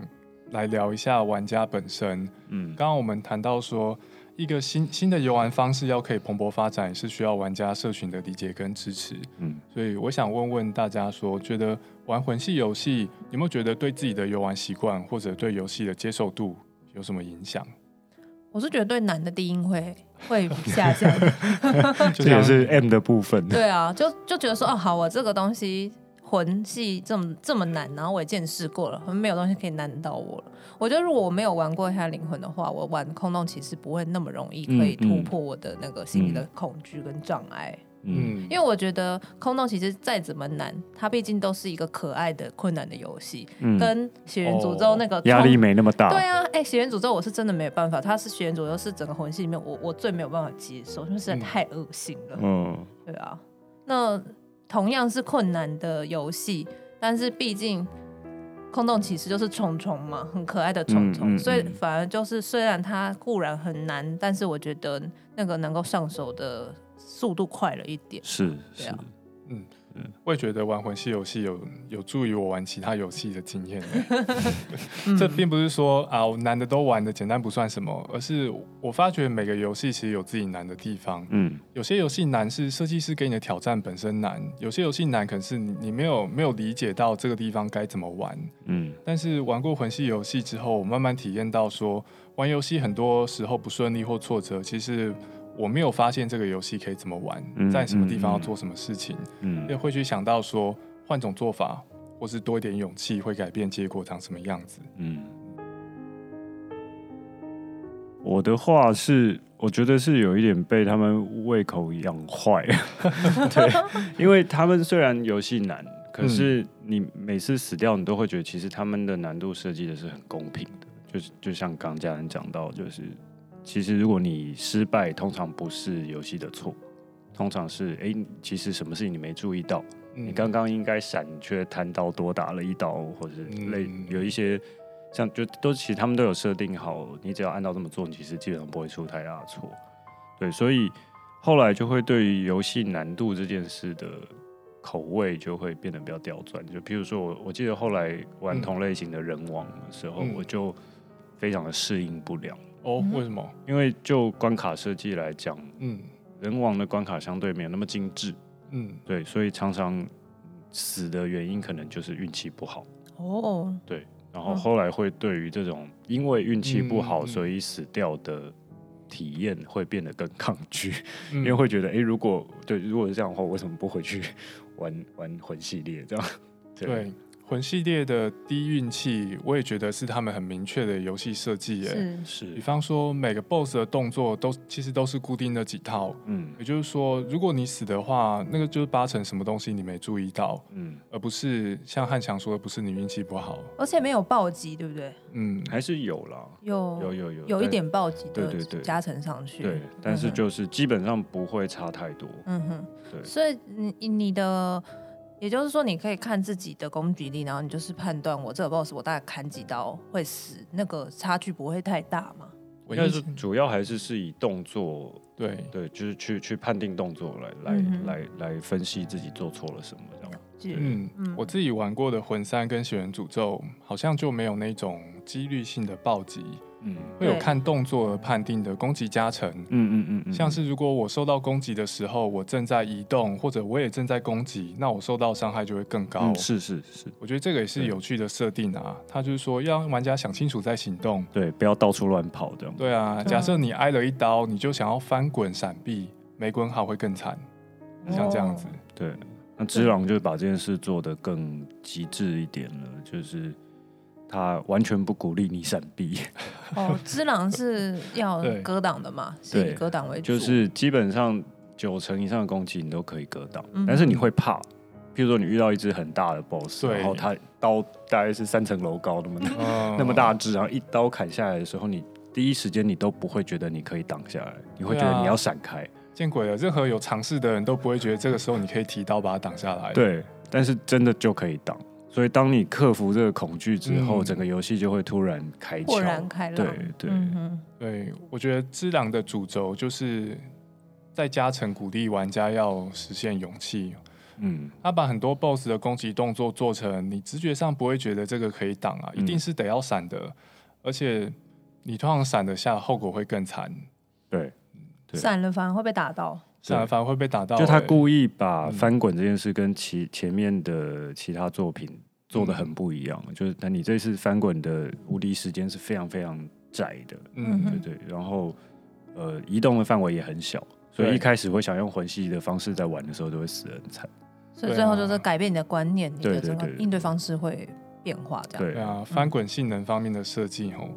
来聊一下玩家本身。
嗯，
刚刚我们谈到说，一个新新的游玩方式要可以蓬勃发展，是需要玩家社群的理解跟支持。
嗯
所以我想问问大家说，觉得玩魂系游戏有没有觉得对自己的游玩习惯或者对游戏的接受度有什么影响？
我是觉得对男的低音
<laughs>
会会下降。
就
这也
像
是 M 的部分。
啊对啊，就就觉得说哦，好，我这个东西魂系这么这么难，然后我也见识过了，没有东西可以难到我了。我觉得如果我没有玩过《黑暗灵魂》的话，我玩空洞骑士不会那么容易可以
嗯
突
嗯
破我的那个心理的恐惧跟障碍。
嗯，
嗯，
因为我觉得空洞其实再怎么难，它毕竟都是一个可爱的困难的游戏，
嗯
跟《血缘诅咒》那个
压力没那么大。
对啊，哎、血缘诅咒》我是真的没有办法，它是《血缘诅咒》是整个魂系里面我我最没有办法接受，因为实在
嗯
太恶心了。
嗯，
对啊，那同样是困难的游戏，但是毕竟空洞骑士就是虫虫嘛，很可爱的虫
嗯
虫，
嗯
所以
嗯
反而就是虽然它固然很难，但是我觉得那个能够上手的速度快了一点。
是
对
是
啊，
我也觉得玩魂系游戏有有助于我玩其他游戏的经验欸、
嗯
这并不是说啊我难的都玩的简单不算什么，而是我发觉每个游戏其实有自己难的地方。
嗯
有些游戏难是设计师给你的挑战本身难，有些游戏难可能是你你没有没有理解到这个地方该怎么玩。
嗯
但是玩过魂系游戏之后，我慢慢体验到说，玩游戏很多时候不顺利或挫折，其实我没有发现这个游戏可以怎么玩，
嗯
在什么地方要
嗯嗯
做什么事情，也
嗯
会去想到说换种做法，或是多一点勇气，会改变结果长什么样子。
嗯。我的话是，我觉得是有一点被他们胃口养坏，
<laughs> 因为他们虽然游戏难，可是你每次死掉，你都会觉得其实他们的难度设计的是很公平的，就是就像刚刚家人讲到，就是其实如果你失败，通常不是游戏的错。通常是哎、诶其实什么事情你没注意到，
嗯
你刚刚应该闪，你却贪刀多打了一刀，或者
嗯
类有一些像就都其实他们都有设定好，你只要按照这么做，你其实基本上不会出太大的错。对，所以后来就会对于游戏难度这件事的口味就会变得比较刁钻。就比如说我，我记得后来玩
嗯
同类型的人王的时候，
嗯
我就非常的适应不了，
哦
嗯，
为什么？
因为就关卡设计来讲，
嗯
人王的关卡相对没有那么精致，
嗯
对，所以常常嗯死的原因可能就是运气不好。
<laughs> 哦，
然后
嗯
后来会对于这种因为运气不
嗯嗯
好
嗯
所以死掉的体验会变得更抗拒，
嗯，
因为会觉得，哎，如果对如果是这样的话，为什么不回去玩玩魂系列这样？
对。魂系列的低运气，我也觉得是他们很明确的游戏设计耶。
是
比
是，
方说，每个 BOSS 的动作都其实都是固定的几套，
嗯
也就是说，如果你死的话，那个就是八成什么东西你没注意到，
嗯，
而不是像汉强说的，不是你运气不好。
而且没有暴击，对不对？
嗯，
还是有啦，
有
有有有
哦有一
但
点暴击
对
的
对对
加成上去。
对，但是
嗯哼
就是基本上不会差太多，
嗯哼，
对
所以你你的，也就是说，你可以看自己的攻击力，然后你就是判断我这个 boss 我大概砍几刀会死，那个差距不会太大嘛？
我
但
就是
主要还是是以动作，
对，
对，就是去去判定动作来来、
嗯哼
来来分析自己做错了什么这样。
就
嗯，
嗯
我自己玩过的魂三跟血缘诅咒，好像就没有那种几率性的暴击，
嗯
会有
对
看动作而判定的攻击加成。
嗯嗯嗯
像是如果我受到攻击的时候，我正在移动，或者我也正在攻击，那我受到伤害就会更高。
嗯，是是是，
我觉得这个也是
对
有趣的设定啊。他就是说，要让玩家想清楚再行动。
对，不要到处乱跑这样。
对啊，
对
假设你挨了一刀，你就想要翻滚闪避，没滚好会更惨，像这样子。
对，那之狼就把这件事做得更极致一点了，就是他完全不鼓励你闪避， <laughs>
哦，只狼是要
对
格挡的嘛，是以
对
格挡为主，
就是基本上九成以上的攻击你都可以格挡，
嗯
但是你会怕。譬如说，你遇到一只很大的 boss，
对
然后他刀大概是三层楼高那么大、
嗯
哦那么大只，然后一刀砍下来的时候，你第一时间你都不会觉得你可以挡下来，你会觉
对
得
啊
你要闪开。
见鬼了！任何有尝试的人都不会觉得这个时候你可以提刀把它挡下来。，
对，但是真的就可以挡。所以当你克服这个恐惧之后，
嗯
整个游戏就会突然开
豁
窍。
然开朗。
对对，
嗯哼，
对我觉得之狼的主轴就是在加成鼓励玩家要实现勇气。
嗯
他把很多 BOSS 的攻击动作做成你直觉上不会觉得这个可以挡啊，
嗯
一定是得要闪的，而且你通常闪得下，后果会更惨，
对，对
闪了反而会被打到。
闪了反而会被打到欸、
就他故意把
嗯
翻滚这件事跟其前面的其他作品
嗯
做的很不一样，就是那你这次翻滚的无敌时间是非常非常窄的，
嗯
嗯
对对，然后呃移动的范围也很小，所以
对
一开始会想用魂系的方式在玩的时候，都会死得很惨。
所以
对
最后
啊
就是改变你的观念，你的
对对
这个
对对
应对方式会变化，这样。
对
对啊，翻滚性能方面的设计哦，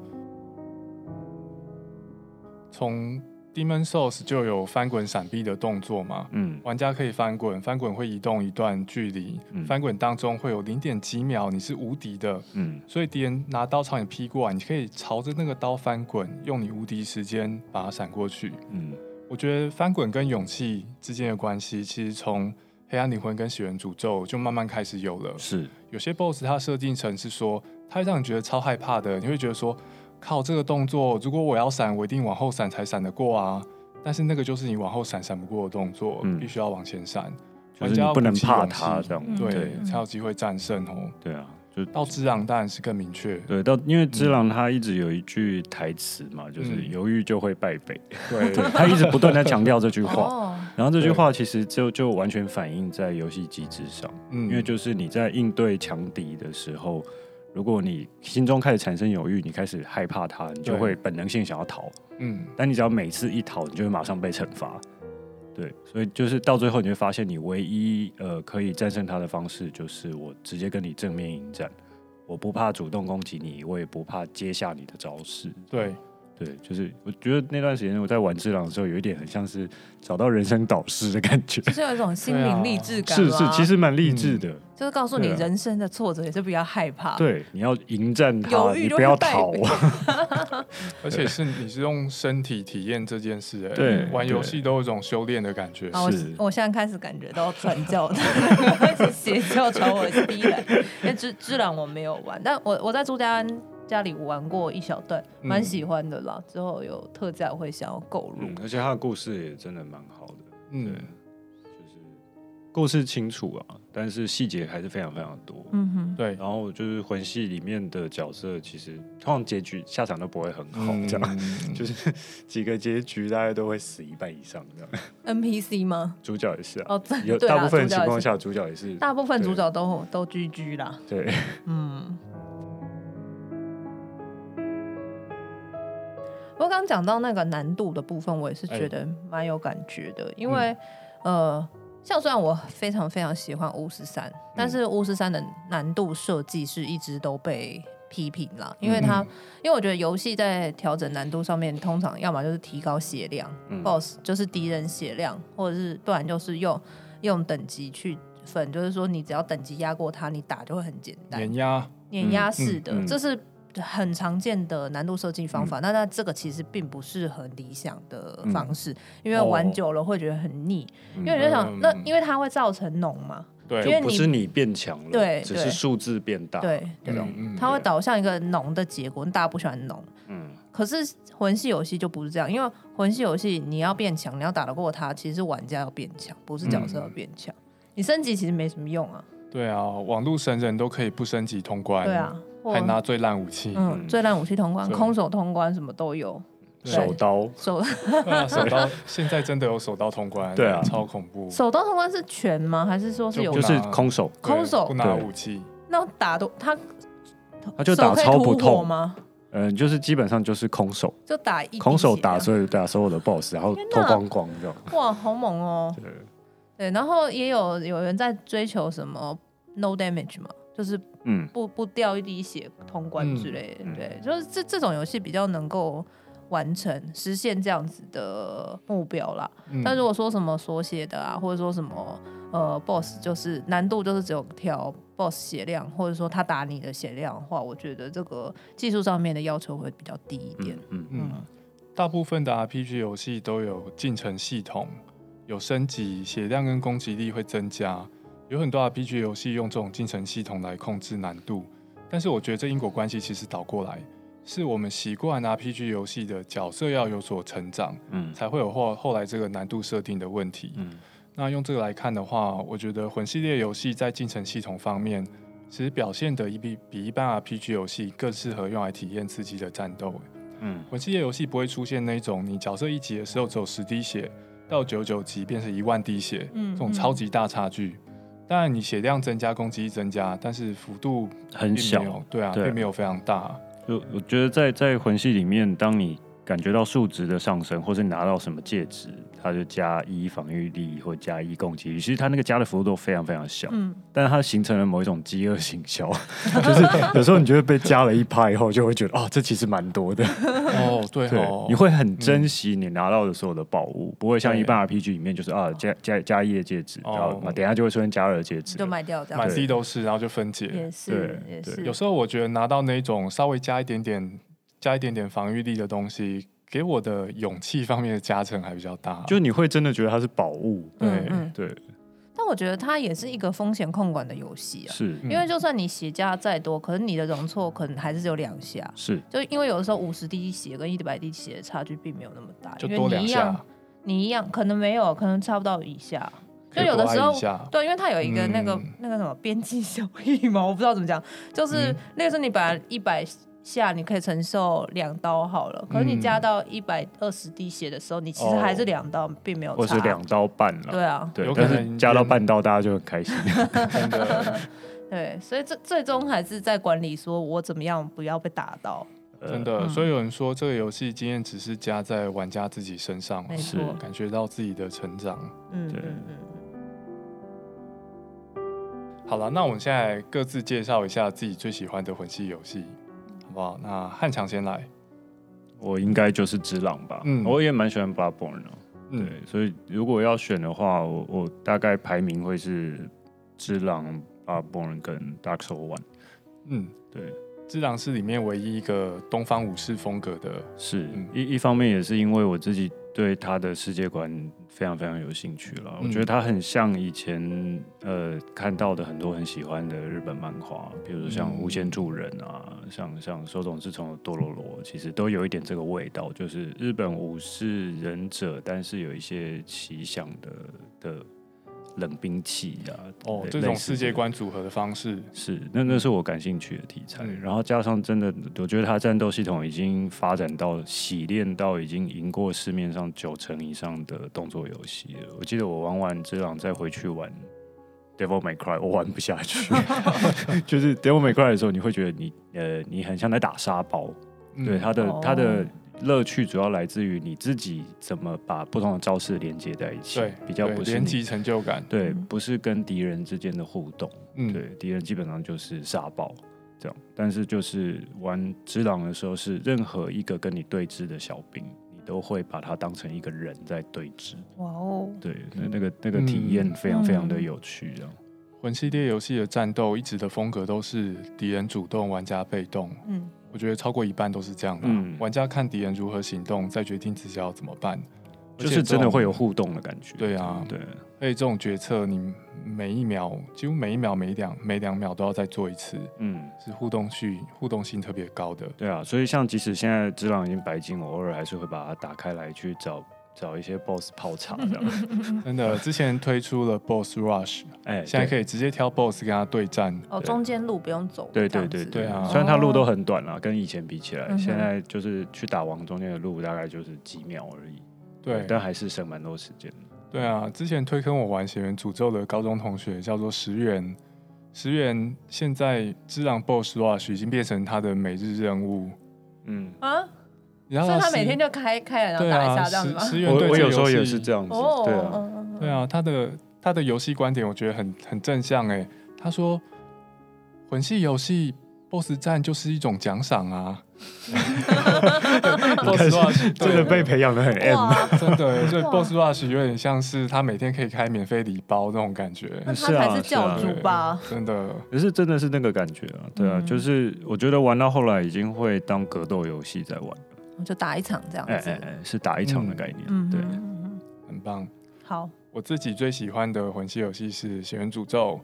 从 Demon Souls 就有翻滚闪避的动作嘛，
嗯，
玩家可以翻滚，翻滚会移动一段距离，
嗯
翻滚当中会有零点几秒你是无敌的，
嗯
所以敌人拿刀朝你劈过来，你可以朝着那个刀翻滚，用你无敌时间把它闪过去。
嗯
我觉得翻滚跟勇气之间的关系，其实从黑暗灵魂跟血缘诅咒就慢慢开始有了。
是，
有些 BOSS 它设定成是说，它会让你觉得超害怕的，你会觉得说，靠这个动作，如果我要闪，我一定往后闪才闪得过啊。但是那个就是你往后闪闪不过的动作，
嗯
必须要往前闪，
就是
玩
你
家要
不能
鼓起
怕
勇
他
气
这样，
嗯
对，
对
才有机会战胜哦。
对啊，就
到智昂当然是更明确，
对到，因为之狼他一直有一句台词嘛，就是
嗯
犹豫就会败北，
对
对他一直不断的强调这句话，
哦，
然后这句话其实就就完全反映在游戏机制上，
嗯
因为就是你在应对强敌的时候，如果你心中开始产生犹豫，你开始害怕他，你就
对
会本能性想要逃。
嗯，
但你只要每次一逃，你就会马上被惩罚。对，所以就是到最后，你会发现你唯一呃可以战胜他的方式，就是我直接跟你正面迎战，我不怕主动攻击你，我也不怕接下你的招式。
对，
对，就是我觉得那段时间我在玩智狼的时候，有一点很像是找到人生导师的感觉，
就是有一种心灵励志感、
啊是是，其实蛮励志
嗯
的。
就是告诉你
对啊
人生的挫折也是不要害怕，
对，你要迎战
啊犹
他，
豫
你
就
不
会
要
败
逃。
<laughs> 北
而且是你是用身体体验这件事、哎，
对
玩游
对
戏都有一种修炼的感觉，
啊，我
是
我现在开始感觉到传教的 <laughs> 邪教朝我逼来。因为之之然我没有玩，但我我在朱家安家里玩过一小段，
嗯
蛮喜欢的啦。之后有特价我会想要购入
嗯，，而且他的故事也真的蛮好的。
嗯
对，就是故事清楚啊，但是细节还是非常非常多。
嗯哼，
对，
然后就是魂系里面的角色，其实通常结局下场都不会很好，这样、
嗯
就是
几个结局大概都会死一半以上这样。
NPC 吗？
主角也是啊，
哦，对
有
对啦
大部分
主角
情
也是
况下，主角也是
大部分
对
主角都都 GG 啦。
对，
嗯。不过刚刚讲到那个难度的部分，我也
哎
是觉得蛮有感觉的，因为、
嗯
呃，像虽然我非常非常喜欢巫师三，
嗯
但是巫师三的难度设计是一直都被批评啦，因为它、
嗯
因为我觉得游戏在调整难度上面，通常要么就是提高血量、
嗯
b o s s 就是敌人血量，或者是不然就是用用等级去分，就是说你只要等级压过他，你打就会很简单。
碾压，
碾压式的，
嗯嗯
这是很常见的难度设计方法。那那这个其实并不是很理想的方式，因为玩久了会觉得很腻，
嗯
因为你就想，
嗯
那因为它会造成脓嘛，
对，
因为
就不
你
是你变强了，
对
只
对
是数字变大，
对
这
对，
种，
嗯
它会导向一个脓的结果，大家不喜欢脓。
嗯，
可是魂系游戏就不是这样，因为魂系游戏你要变强，你要打得过它，其实是玩家要变强，不是角色要变强。你升级其实没什么用啊，
对啊，网路神人都可以不升级通关，
对，啊，或
还拿最烂武
<laughs>
器，
嗯最烂武器通关、
对
空手通关什么都有，对
手刀，
手
对啊，手刀现在真的有手刀通关，
对啊
超恐怖，
手刀通关是全吗？还是说是有
不
就
拿
是空手，
对
空手
不拿
对
武器，
那打都他
他就
手
打
可以
超不
突火
痛，
吗？
嗯、就是基本上就是空手，
就打一
空手
滴血啊
打所有打所有的 boss，然后
天
脱
哪
光光这样，
哇，好猛哦！
对。
对，然后也有有人在追求什么 no damage 嘛，就是
嗯，
不不掉一滴血通关之类的。
嗯嗯
对，就是这这种游戏比较能够完成实现这样子的目标啦。
嗯
但如果说什么缩写的啊，或者说什么呃 boss 就是难度就是只有调 boss 血量，或者说他打你的血量的话，我觉得这个技术上面的要求会比较低一点。
嗯
嗯，大部分的 RPG 游戏都有进程系统，有升级，血量跟攻击力会增加。有很多 RPG 游戏用这种进程系统来控制难度，但是我觉得这因果关系其实倒过来，是我们习惯 RPG 游戏的角色要有所成长，
嗯
才会有后后来这个难度设定的问题。
嗯
那用这个来看的话，我觉得魂系列游戏在进程系统方面，其实表现的一比比一般 RPG 游戏更适合用来体验刺激的战斗。
嗯
魂系列游戏不会出现那种你角色一级的时候只有十滴血，到九九级变成一万滴血，
嗯
这种超级大差距。当然，你血量增加，攻击力增加，但是幅度
很
并
小
没，有，对啊，
对
并没有非常
<laughs>
大。
就我觉得在在魂系里面，当你感觉到数值的上升，或是你拿到什么戒指，它就加一防御力或加一攻击力，其实它那个加的幅度都非常非常小，
嗯，
但是它形成了某一种饥饿行
<laughs>
销，
就是有时候你觉得被加了一趴以后，就会觉得哦，这其实蛮多的。
哦，对
对
哦，，嗯
你会很珍惜你拿到的所有的宝物，不会像
对
一般 RPG 里面就是啊加加加一的戒指，
哦
然后嘛等一下就会出现加二的戒指
就，卖掉这样
满
子，
地都是，然后就分解。
也是
对
也
对
是，
有时候我觉得拿到那种稍微加一点点、加一点点防御力的东西，给我的勇气方面的加成还比较大。
就你会真的觉得它是宝物，
嗯
对
嗯，
对，
但我觉得它也是一个风险控管的游戏啊，
是
嗯
因为就算你血加再多，可是你的容错可能还是只有两下。
是，
就因为有的时候五十滴血跟一百滴血的差距并没有那么大，
就
因
多
为你
两
一样
下，，
你一样可能没有，可能差不到一下。
可以
就有的
多
时
挨
候 <laughs>
一下
对，因为它有一个那个、
嗯
那个什么边际效益嘛，我不知道怎么讲，就是、
嗯
那个时候你本来一百下你可以承受两刀好了，可是你
嗯
加到一百二十滴血的时候，你其实
哦
还是两刀，并没有差。
或是两刀半了，
对啊，
对
有，可
但
能
是加到半刀大家就很开心，
真的
对，所以这最终还是在管理，说我怎么样不要被打到。
真
呃
的。
嗯
所以有人说，这个游戏经验只是加在玩家自己身上，
没
是
错，
感觉到自己的成长。
嗯
对
嗯嗯
好了，那我们现在各自介绍一下自己最喜欢的魂系游戏，好不好？那汉强先来，
我应该就是只狼吧，
嗯
我也蛮喜欢 Bloodborne 的，哦对
嗯，，
所以如果要选的话，我我大概排名会是只狼、Bloodborne 跟 Dark Soul One，
嗯，
对。
智狼是里面唯一一个东方武士风格的，
是
嗯
一一方面也是因为我自己对他的世界观非常非常有兴趣了。
嗯
我觉得他很像以前呃看到的很多很喜欢的日本漫画，比如说像《
嗯
无限助人》啊，像像手冢治虫的《多罗罗》，其实都有一点这个味道，就是日本武士忍者，但是有一些奇想的的冷兵器啊，
哦，
类
这
类
种
似
世界
这
观组合的方式，
是，那那是我感兴趣的题材。
嗯
然后加上真的，我觉得它的战斗系统已经发展到洗练到已经赢过市面上九成以上的动作游戏了。我记得我玩完《之狼》再回去玩《Devil May Cry》，我玩不下
<laughs>
去。就是《Devil May Cry》的时候，你会觉得你呃，你很像在打沙包。
嗯
对它的它
哦
的乐趣主要来自于你自己怎么把不同的招式连接在一起，
对
比较
对
不是
连嗯
你
级成就感，
对，不是跟敌人之间的互动。
嗯，
对，敌人基本上就是沙暴这样。但是就是玩只狼的时候，是任何一个跟你对峙的小兵，你都会把他当成一个人在对峙。
哇哦，
对，
嗯
那那个那个体验非常非常的有趣，这样。
魂系列游戏的战斗一直的风格都是敌人主动，玩家被动，
嗯，
我觉得超过一半都是这样的啊、
嗯
玩家看敌人如何行动，再决定自己要怎么办，而
就
且
是真的会有
这种，
互动的感觉。
对啊
对，
而且这种决策你每一秒，几乎每一秒、每一两、每两秒都要再做一次，
嗯，
是互动性互动性特别高的。
对啊。所以像即使现在只狼已经白金，我偶尔还是会把它打开来去找找一些 BOSS 泡茶这
<laughs>
样。
嗯
真的，之前推出了 Boss Rush，
哎，
现在可
以。
以直接挑 Boss 跟他对战。
哦，
对
中间路不用走，
对
这
对
样
对
子哦
对
对啊
虽然它路都很短啦，跟以前比起来，
嗯哼
现在就是去打王中间的路大概就是几秒而已，
对
但还是省蛮多时间的。
对啊，之前推坑我玩《血缘诅咒》的高中同学叫做石原，石原现在知狼 Boss Rush 已经变成他的每日任务，
嗯，
啊，
然后
所以他每天
就
就开开了，
对
然后打一
啊，
下这样
石
子吗？
石原
我
对
我
这
有
个
时候
游
也
戏
是这样子，
哦，
对啊，
嗯
对，啊，他的他的游戏观点我觉得很很正向哎、他说魂系游戏 BOSS 战就是一种奖赏
<laughs>
啊，BOSS Rush
真的
对
被培养的很 M，
哇，
真
<laughs>
的，就
哇
Boss Rush 有点像是他每天可以开免费礼包那种感觉，
那他
是啊
才是教主吧？
真的，
可是真的是那个感觉啊，对啊，
嗯
就是我觉得玩到后来已经会当格斗游戏在玩，
嗯就打一场这样
哎
子
哎，哎，是打一场的概念，
嗯，
对
嗯，嗯嗯
很棒。
好，
我自己最喜欢的魂系游戏是《血缘诅咒》，《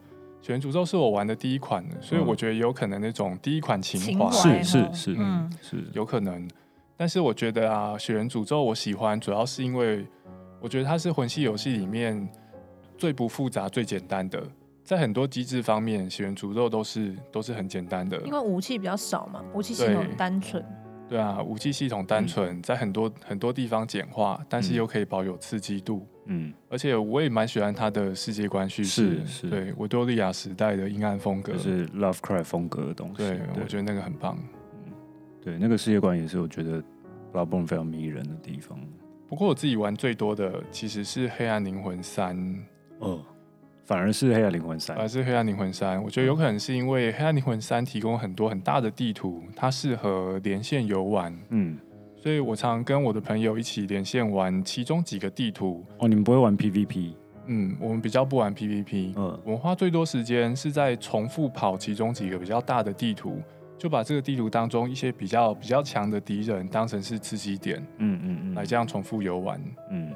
血缘诅咒》是我玩的第一款，
嗯
所以我觉得有可能那种第一款情怀
情怀
是是是
嗯
是，
有可能，但是我觉得啊，《血缘诅咒》我喜欢，主要是因为我觉得它是魂系游戏里面最不复杂、最简单的。在很多机制方面，《血缘诅咒》都是都是很简单的，
因为武器比较少嘛，武器系统很单纯，
对啊，武器系统单纯，在很多很多地方简化，但是
嗯
又可以保有刺激度。
嗯，
而且我也蛮喜欢它的世界观叙事，
是是
对维多利亚时代的阴暗风格，
就是 Lovecraft 风格的东西，
对我觉得那个很棒。
对那个世界观也是我觉得 b l o o d b o r n 非常迷人的地方，
不过我自己玩最多的其实是《黑暗灵魂三》，
嗯，
反而啊是《黑暗灵魂三》
呃而是《黑暗灵魂三》。我觉得有可能是因为《黑暗灵魂三》提供很多很大的地图，它适合连线游玩，
嗯，
所以我常跟我的朋友一起连线玩其中几个地图。
哦，你们不会玩 PVP？
嗯，我们比较不玩 PVP，
嗯，
我们花最多时间是在重复跑其中几个比较大的地图，就把这个地图当中一些比较比较强的敌人当成是刺激点，
嗯嗯嗯，
来这样重复游玩。
嗯，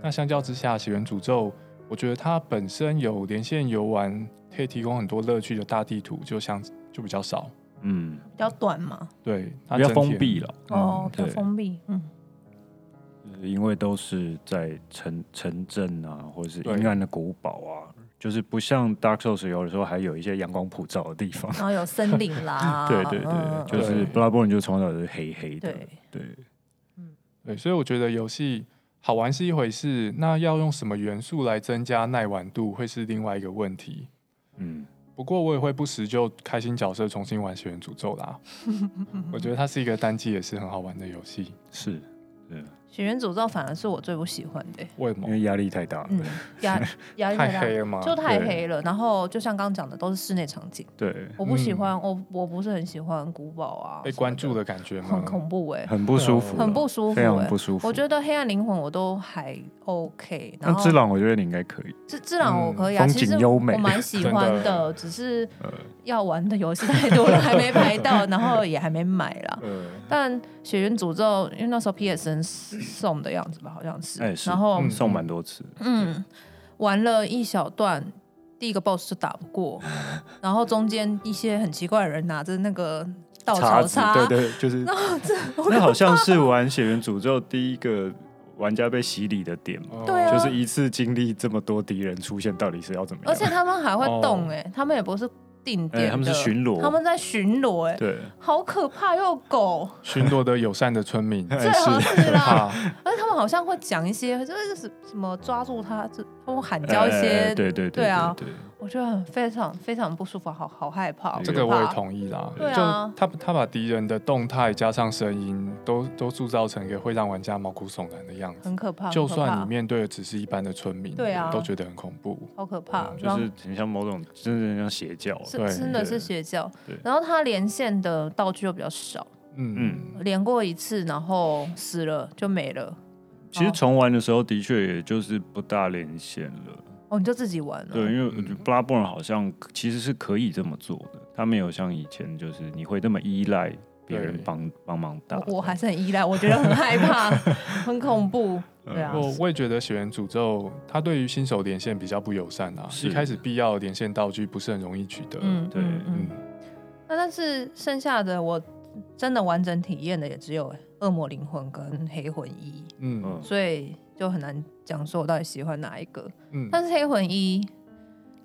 那相较之下，《起源诅咒》，我觉得它本身有连线游玩可以提供很多乐趣的大地图，就像就比较少，
嗯
比较短嘛，
对，它
嗯，比
整
较
体
封闭了，
哦，比较
对
封闭，嗯，
因为都是在城城镇啊，或者是
对
阴暗的古堡啊，就是不像 Dark Souls 有的时候还有一些阳光普照的地方。
然后有森林啦，
<laughs> 对对对，
嗯
就
对
是 Bloodborne 就从小就是黑黑的，
对，
对，
对，所以我觉得游戏好玩是一回事，那要用什么元素来增加耐玩度，会是另外一个问题。
嗯，
不过我也会不时就开新角色重新玩《血缘诅咒》
<laughs>
啦。我觉得它是一个单机也是很好玩的游戏。
是
血缘诅咒反而是我最不喜欢的、
为什么？
因为压力太大了，
嗯，
<laughs>
压压力太
太
大，
黑了吗？
就太
对
黑了。然后就像刚刚讲的，都是室内场景，
对，
我不喜
嗯
欢，我我不是很喜欢古堡啊，
被关注
的
的感觉
很
吗？
恐怖哎、
很不舒服啦，
很不舒服
非
哎、
常不舒服。
我觉得黑暗灵魂我都还 OK，然
但
后
之朗，我觉得你应该可以。
之之朗我可以啊，
嗯
其
风
实
景优美
我蛮喜欢
真的
只是
呃
要玩的游戏太多了，还没排到，然后也还没买
<laughs>
啦。
呃，
但《血缘诅咒》因为那时候 PSN 送的样子吧，好像是，
哎是
然后
嗯
送蛮多次，
嗯，玩了一小段，第一个 boss 就打不
<laughs>
过，然后中间一些很奇怪的人拿着那个稻草
子
叉，，
对对，
<laughs>
就是 <laughs> 那好像是玩《血缘诅咒》第一个玩家被洗礼的点嘛，
对啊
就是一次经历这么多敌人出现，到底是要怎么
而
样？
且他们还会动
哦
哎、他们也不是定点
哎
的、
他们是巡逻
他们在巡逻哎、
对，
好可怕，又有狗，
巡逻的友善的村民，
最合适啦。
怕
而且他们好像会讲一些，就是什什么抓住他，就他们喊
哎
叫一些，
对对
对啊
对，
我觉得很非常非常不舒服，好好害怕，好
这
可
个我也
怕
同意啦。
对啊
就他他把敌人的动态加上声音，都都塑造成一个会让玩家毛骨悚然的样子。
很可怕，
就
很可
算
怕
你面对的只是一般的村民，
对啊
都觉得很恐怖。
好可怕，
嗯就
然后
是很像某种，真的很像邪教。啊
是
对
真的是
对
邪教
对。
然后他连线的道具又比较少，
嗯嗯，
连过一次，然后死了就没了。
其实
哦
重玩的时候，的确也就是不大连线了。
哦，你就自己玩了。
对，因为我觉得
嗯
Bloodborne 好像其实是可以这么做的，他没有像以前就是你会那么依赖别人
对
帮帮忙打。
我我还是很依赖，我觉得很害
<laughs>
怕，很恐怖。
嗯
对啊，
我我也觉得《血缘诅咒》它对于新手连线比较不友善啊，
是
一开始必要的连线道具不是很容易取得。
嗯，
对
嗯嗯
嗯。
那但是剩下的我真的完整体验的也只有《恶魔灵魂》跟《黑魂一
嗯
嗯》，，
所以就很难讲说我到底喜欢哪一个。
嗯，
但是《黑魂一》，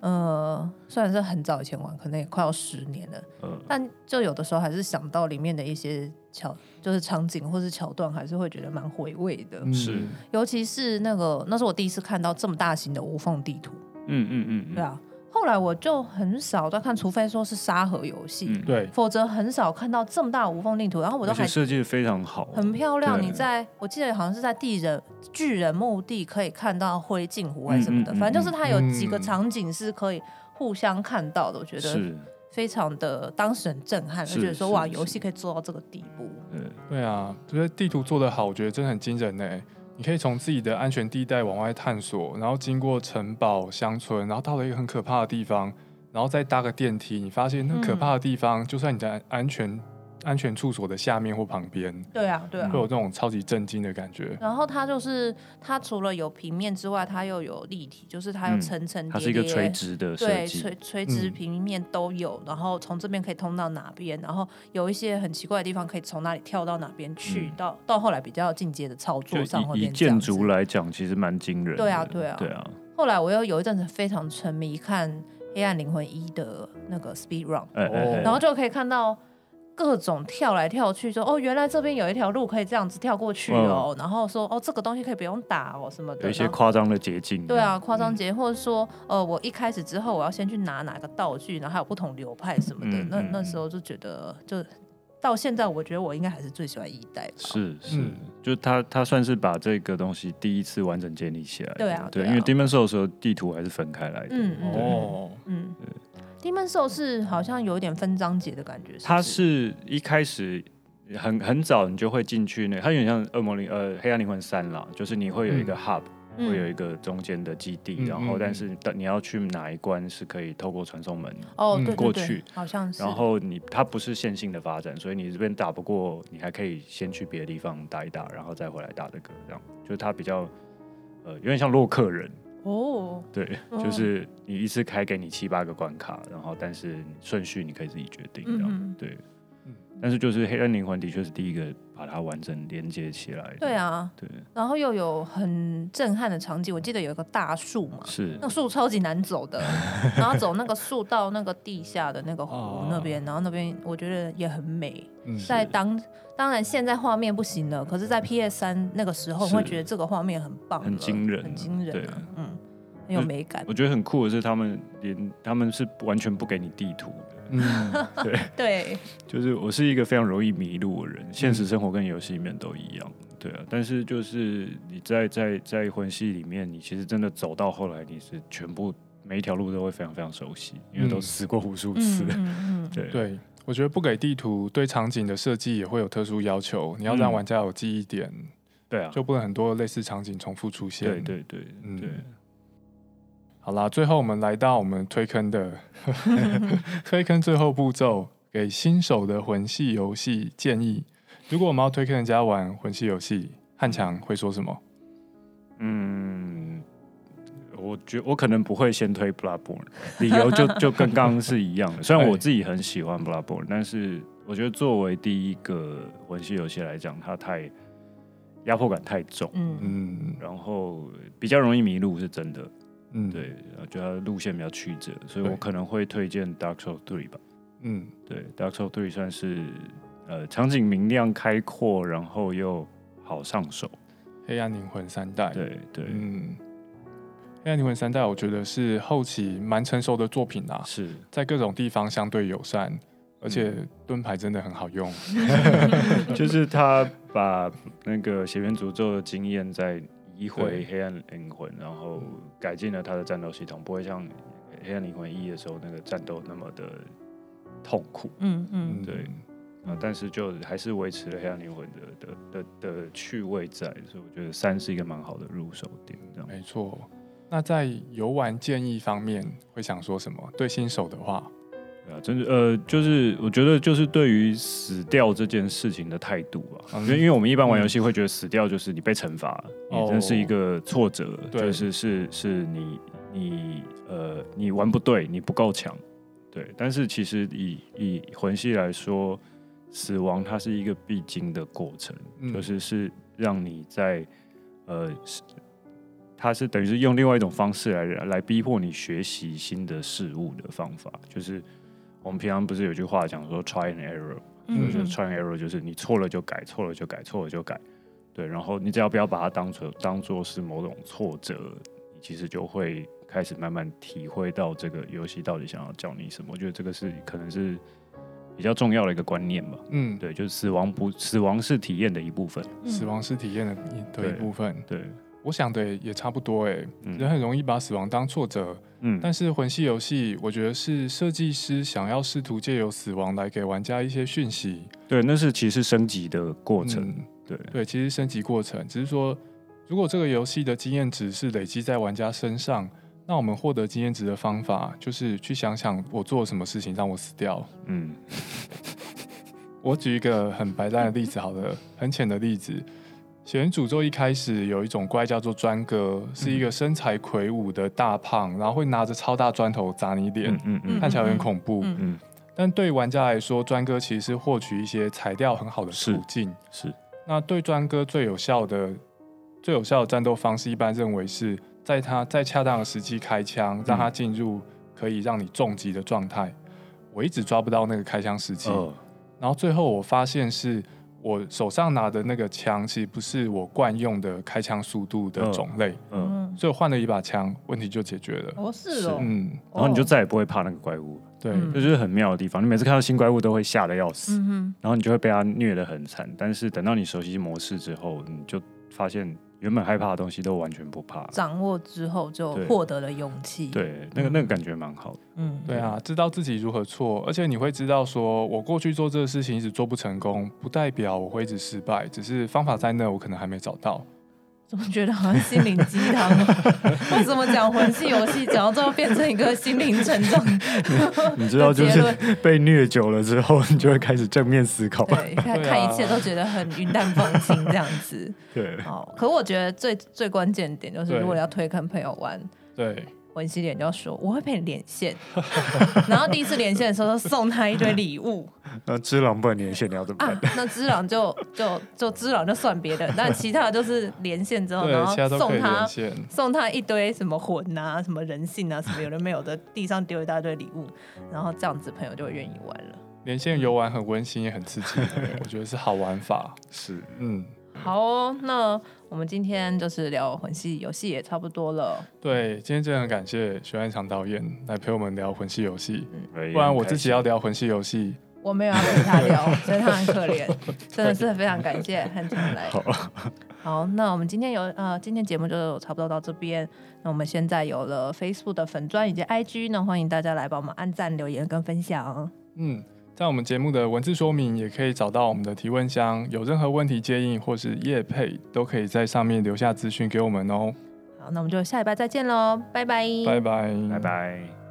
呃，虽然是很早以前玩，可能也快要十年了，
嗯
但就有的时候还是想到里面的一些桥，就是场景或是桥段，还是会觉得蛮回味的。
嗯
是
尤其是那个，那是我第一次看到这么大型的无缝地图，
嗯嗯嗯，
对啊。后来我就很少在看，除非说是沙盒游戏，
嗯，
对，
否则很少看到这么大的无缝地图。然后我都
而且
还
设计的非常好，
很漂亮。
对
你在我记得好像是在地人巨人墓地可以看到灰烬湖还是什么的，
嗯嗯嗯
反正就是它有几个
嗯
场景是可以互相看到的。我觉得
是，
非常的当时很震撼，
是
就觉得说
是
哇，
是
游戏可以做到这个地步。
对
对啊，就是地图做得好，我觉得真的很惊人呢、你可以从自己的安全地带往外探索，然后经过城堡、乡村，然后到了一个很可怕的地方，然后再搭个电梯，你发
嗯
现那可怕的地方、就算你在安全安全处所的下面或旁边，
对啊，
嗯
对啊。
会有这种超级震惊的感觉。
然后它就是它除了有平面之外，它又有立体，就是它有
嗯
层层叠叠，
它是一个垂直的设
对
计，
垂垂直
嗯
平面都有，然后从这边可以通到哪边，然后有一些很奇怪的地方可以从哪里跳到哪边去，
嗯
到到后来比较进阶的操作上会
以以
变这样
建
子
筑来讲，其实蛮惊人的。
对啊对啊
对啊，
后来我又有一阵子非常沉迷看《黑暗灵魂一》的那个 speed run，
哎哎
哦
哎
然后就可以看到各种跳来跳去，说哦，原来这边有一条路可以这样子跳过去哦，然后说哦，这个东西可以不用打哦什么的，
嗯有一些
然后
夸张的捷径。
对啊，夸张节，或者说，呃，我一开始之后我要先去拿哪个道具，然后还有不同流派什么的，
嗯
那
嗯
那
嗯
时候就觉得就到现在，我觉得我应该还是最喜欢一代吧。
是是，
嗯
就他他算是把这个东西第一次完整建立起来的。
对啊
对，
对啊
因为 Demon Souls 的时候地图还是分开来的。
嗯嗯
哦，
嗯，Demon Soul 是好像有一点分章节的感觉，
它
不是
是一开始很很早你就会进去那，它有点像《恶魔灵》呃《黑暗灵魂三》啦，就是你会有一个
嗯
hub，、
嗯
会有一个中间的基地，
嗯
然后
嗯
但是但你要去哪一关是可以透过传送门。
哦，
嗯
对对对，
过去
好像是，
然后你它不是线性的发展，所以你这边打不过，你还可以先去别的地方打一打，然后再回来打这个，这样就是它比较呃有点像洛克人，
哦，
对，
哦
就是你一次开给你七八个关卡，然后但是顺序你可以自己决定这样。
嗯
对啊
嗯，
但是就是黑暗灵魂的确是第一个把它完整连接起来的。
对，啊，
对，
然后又有很震撼的场景，我记得有一个大树嘛，
是
那树超级难走的，然后走那个树到那个地下的那个湖
哦
那边，然后那边我觉得也很美。
嗯，
在当当然现在画面不行了，可是，在 PS 三那个时候
是
会觉得这个画面很棒了，
很惊人啊
很惊人、啊
对，
嗯，很有美感。
我觉得很酷的是，他们连他们是完全不给你地图的。 <laughs>
嗯，
对，
对，
就是我是一个非常容易迷路
嗯
的人，现实生活跟游戏里面都一样。对啊，但是就是你在在在魂系里面，你其实真的走到后来，你是全部每一条路都会非常非常熟悉，因为都
嗯
死过无 <laughs> 数次
嗯。嗯嗯，
对啊
对，我觉得不给地图，对场景的设计也会有特殊要求，你要让
嗯
玩家有记忆点，
对啊，
就不能很多类似场景重复出现。
对对对
嗯
对，
好啦，最后我们来到我们推坑的 <laughs> 推坑最后步骤，给新手的魂系游戏建议。如果我们要推坑人家玩魂系游戏，汉强会说什么？
嗯，我觉我可能不会先
<laughs>
推 Bloodborne，理由就就跟刚刚是一样的。虽然我自己很喜欢 Bloodborne，但是我觉得作为第一个魂系游戏来讲，它太压迫感太重，
嗯
嗯
然后比较容易迷路，是真的。
嗯，，
对，我觉得它路线比较曲折，所以
对
我可能会推荐 Dark Souls 3吧。
嗯
对，Dark Souls 3算是呃场景明亮开阔，然后又好上手。
黑暗灵魂三代，
对对，
嗯，黑暗灵魂三代，我觉得是后期蛮成熟的作品啦，
是
在各种地方相对友善，而且盾牌真的很好用。
<laughs> 就是他把那个血缘诅咒的经验再移回
对
黑暗灵魂，然后改进了他的战斗系统，不会像黑暗灵魂一的时候那个战斗那么的痛苦
嗯嗯，
对啊。但是就还是维持了黑暗灵魂的的的的趣味在，所以我觉得三是一个蛮好的入手点。这样，
没错。那在游玩建议方面，会想说什么？对新手的话，
对啊，真的呃，就是我觉得就是对于死掉这件事情的态度吧，
嗯
因为因为我们一般玩游戏会觉得死掉就是你被惩罚了，
哦
你真是一个挫折，
对
就是是是你你呃你玩不对，你不够强，对。但是其实以以魂系来说，死亡它是一个必经的过程，
嗯
就是是让你在呃，是它是等于是用另外一种方式来来逼迫你学习新的事物的方法。就是我们平常不是有句话讲说 try and error，、
嗯
就是
嗯
try and error，就是你错了就改，错了就改，错了就改。对，然后你只要不要把它当成当做是某种挫折，你其实就会开始慢慢体会到这个游戏到底想要教你什么。我觉得这个是可能是比较重要的一个观念吧。
嗯，
对，就是死亡不死亡是体验的一部分。
嗯
死亡是体验的一的
对
一部分。
对，
我想的也差不多诶、人
嗯
很容易把死亡当挫折，
嗯
但是魂系游戏，我觉得是设计师想要试图借由死亡来给玩家一些讯息
对，那是其实升级的过程。
嗯
对，
对，其实升级过程只是说，如果这个游戏的经验值是累积在玩家身上，那我们获得经验值的方法就是去想想我做了什么事情让我死掉。
嗯
我举一个很白烂的例子，好了，很浅的例子。血缘诅咒一开始有一种怪叫做专哥，是
嗯
一个身材魁梧的大胖，然后会拿着超大砖头砸你脸，
嗯嗯嗯
看起来有点恐怖。
嗯
嗯，
但对玩家来说，专哥其实是获取一些材料很好的
是
途径。
是
那对专哥最有效的、最有效的战斗方式，一般认为是在他在恰当的时机开枪，让
嗯
他进入可以让你重击的状态。我一直抓不到那个开枪时机，
哦，
然后最后我发现是我手上拿的那个枪其实不是我惯用的开枪速度的种类，
嗯，
嗯，
所以换了一把枪，问题就解决了。
哦是哦，
嗯，
然后你就
哦
再也不会怕那个怪物，
对，
嗯
这就是很妙的地方。你每次看到新怪物都会吓得要死，
嗯哼，
然后你就会被它虐得很惨。但是等到你熟悉模式之后，你就发现原本害怕的东西都完全不怕了。
掌握之后就
对
获得了勇气，，
对，那个那个感觉蛮好的。
嗯，
对啊，知道自己如何错，而且你会知道说，我过去做这个事情一直做不成功，不代表我会一直失败，只是方法在那，我可能还没找到。
怎么觉得好像心灵鸡汤
<laughs>
啊？为什么讲魂系游戏，讲到最后变成一个心灵沉重
<laughs>
你知道，
的
就
结论？
<laughs>
是被虐久了之后，你就会开始正面思考。
对，看
对啊
看一切都觉得很云淡风轻这样子。
对，
啊
哦，可我觉得最最关键的点就是，
对
如果要推坑朋友玩
对，
文熙脸，就要说我会陪你连
<laughs>
线，然后第一次连线的时候就送他一堆礼物
那只狼不能连线，你要怎么
啊
办？。
那知朗就就就知朗就算别的，但其他的就是连线之后，嗯然
对，
后
其他都可
送
以
他
连线。
送他一堆什么魂啊、什么人性啊、什么有的没有的，地上丢一大堆礼物， <laughs> 然后这样子朋友就会愿意玩了。
连线游玩很温馨，也很刺
<laughs>
激，我觉得是好玩法。
是
嗯，
好哦、那我们今天就是聊魂系游戏也差不多了，
对，今天真的很感谢徐安强导演来陪我们聊魂系游戏，
不
不然我自己要聊魂系游戏。
我没有要跟他 <laughs> 聊，所以他很可怜，真的是非常感谢汉强来。
好，
好，那我们今天有呃，今天节目就差不多到这边。那我们现在有了 Facebook 的粉砖以及 IG 呢，欢迎大家来帮我们按赞、留言跟分享。
嗯，在我们节目的文字说明也可以找到我们的提问箱，有任何问题建议或是业配，都可以在上面留下资讯给我们哦。
好，那我们就下礼拜再见喽，拜拜，
拜拜，
拜拜。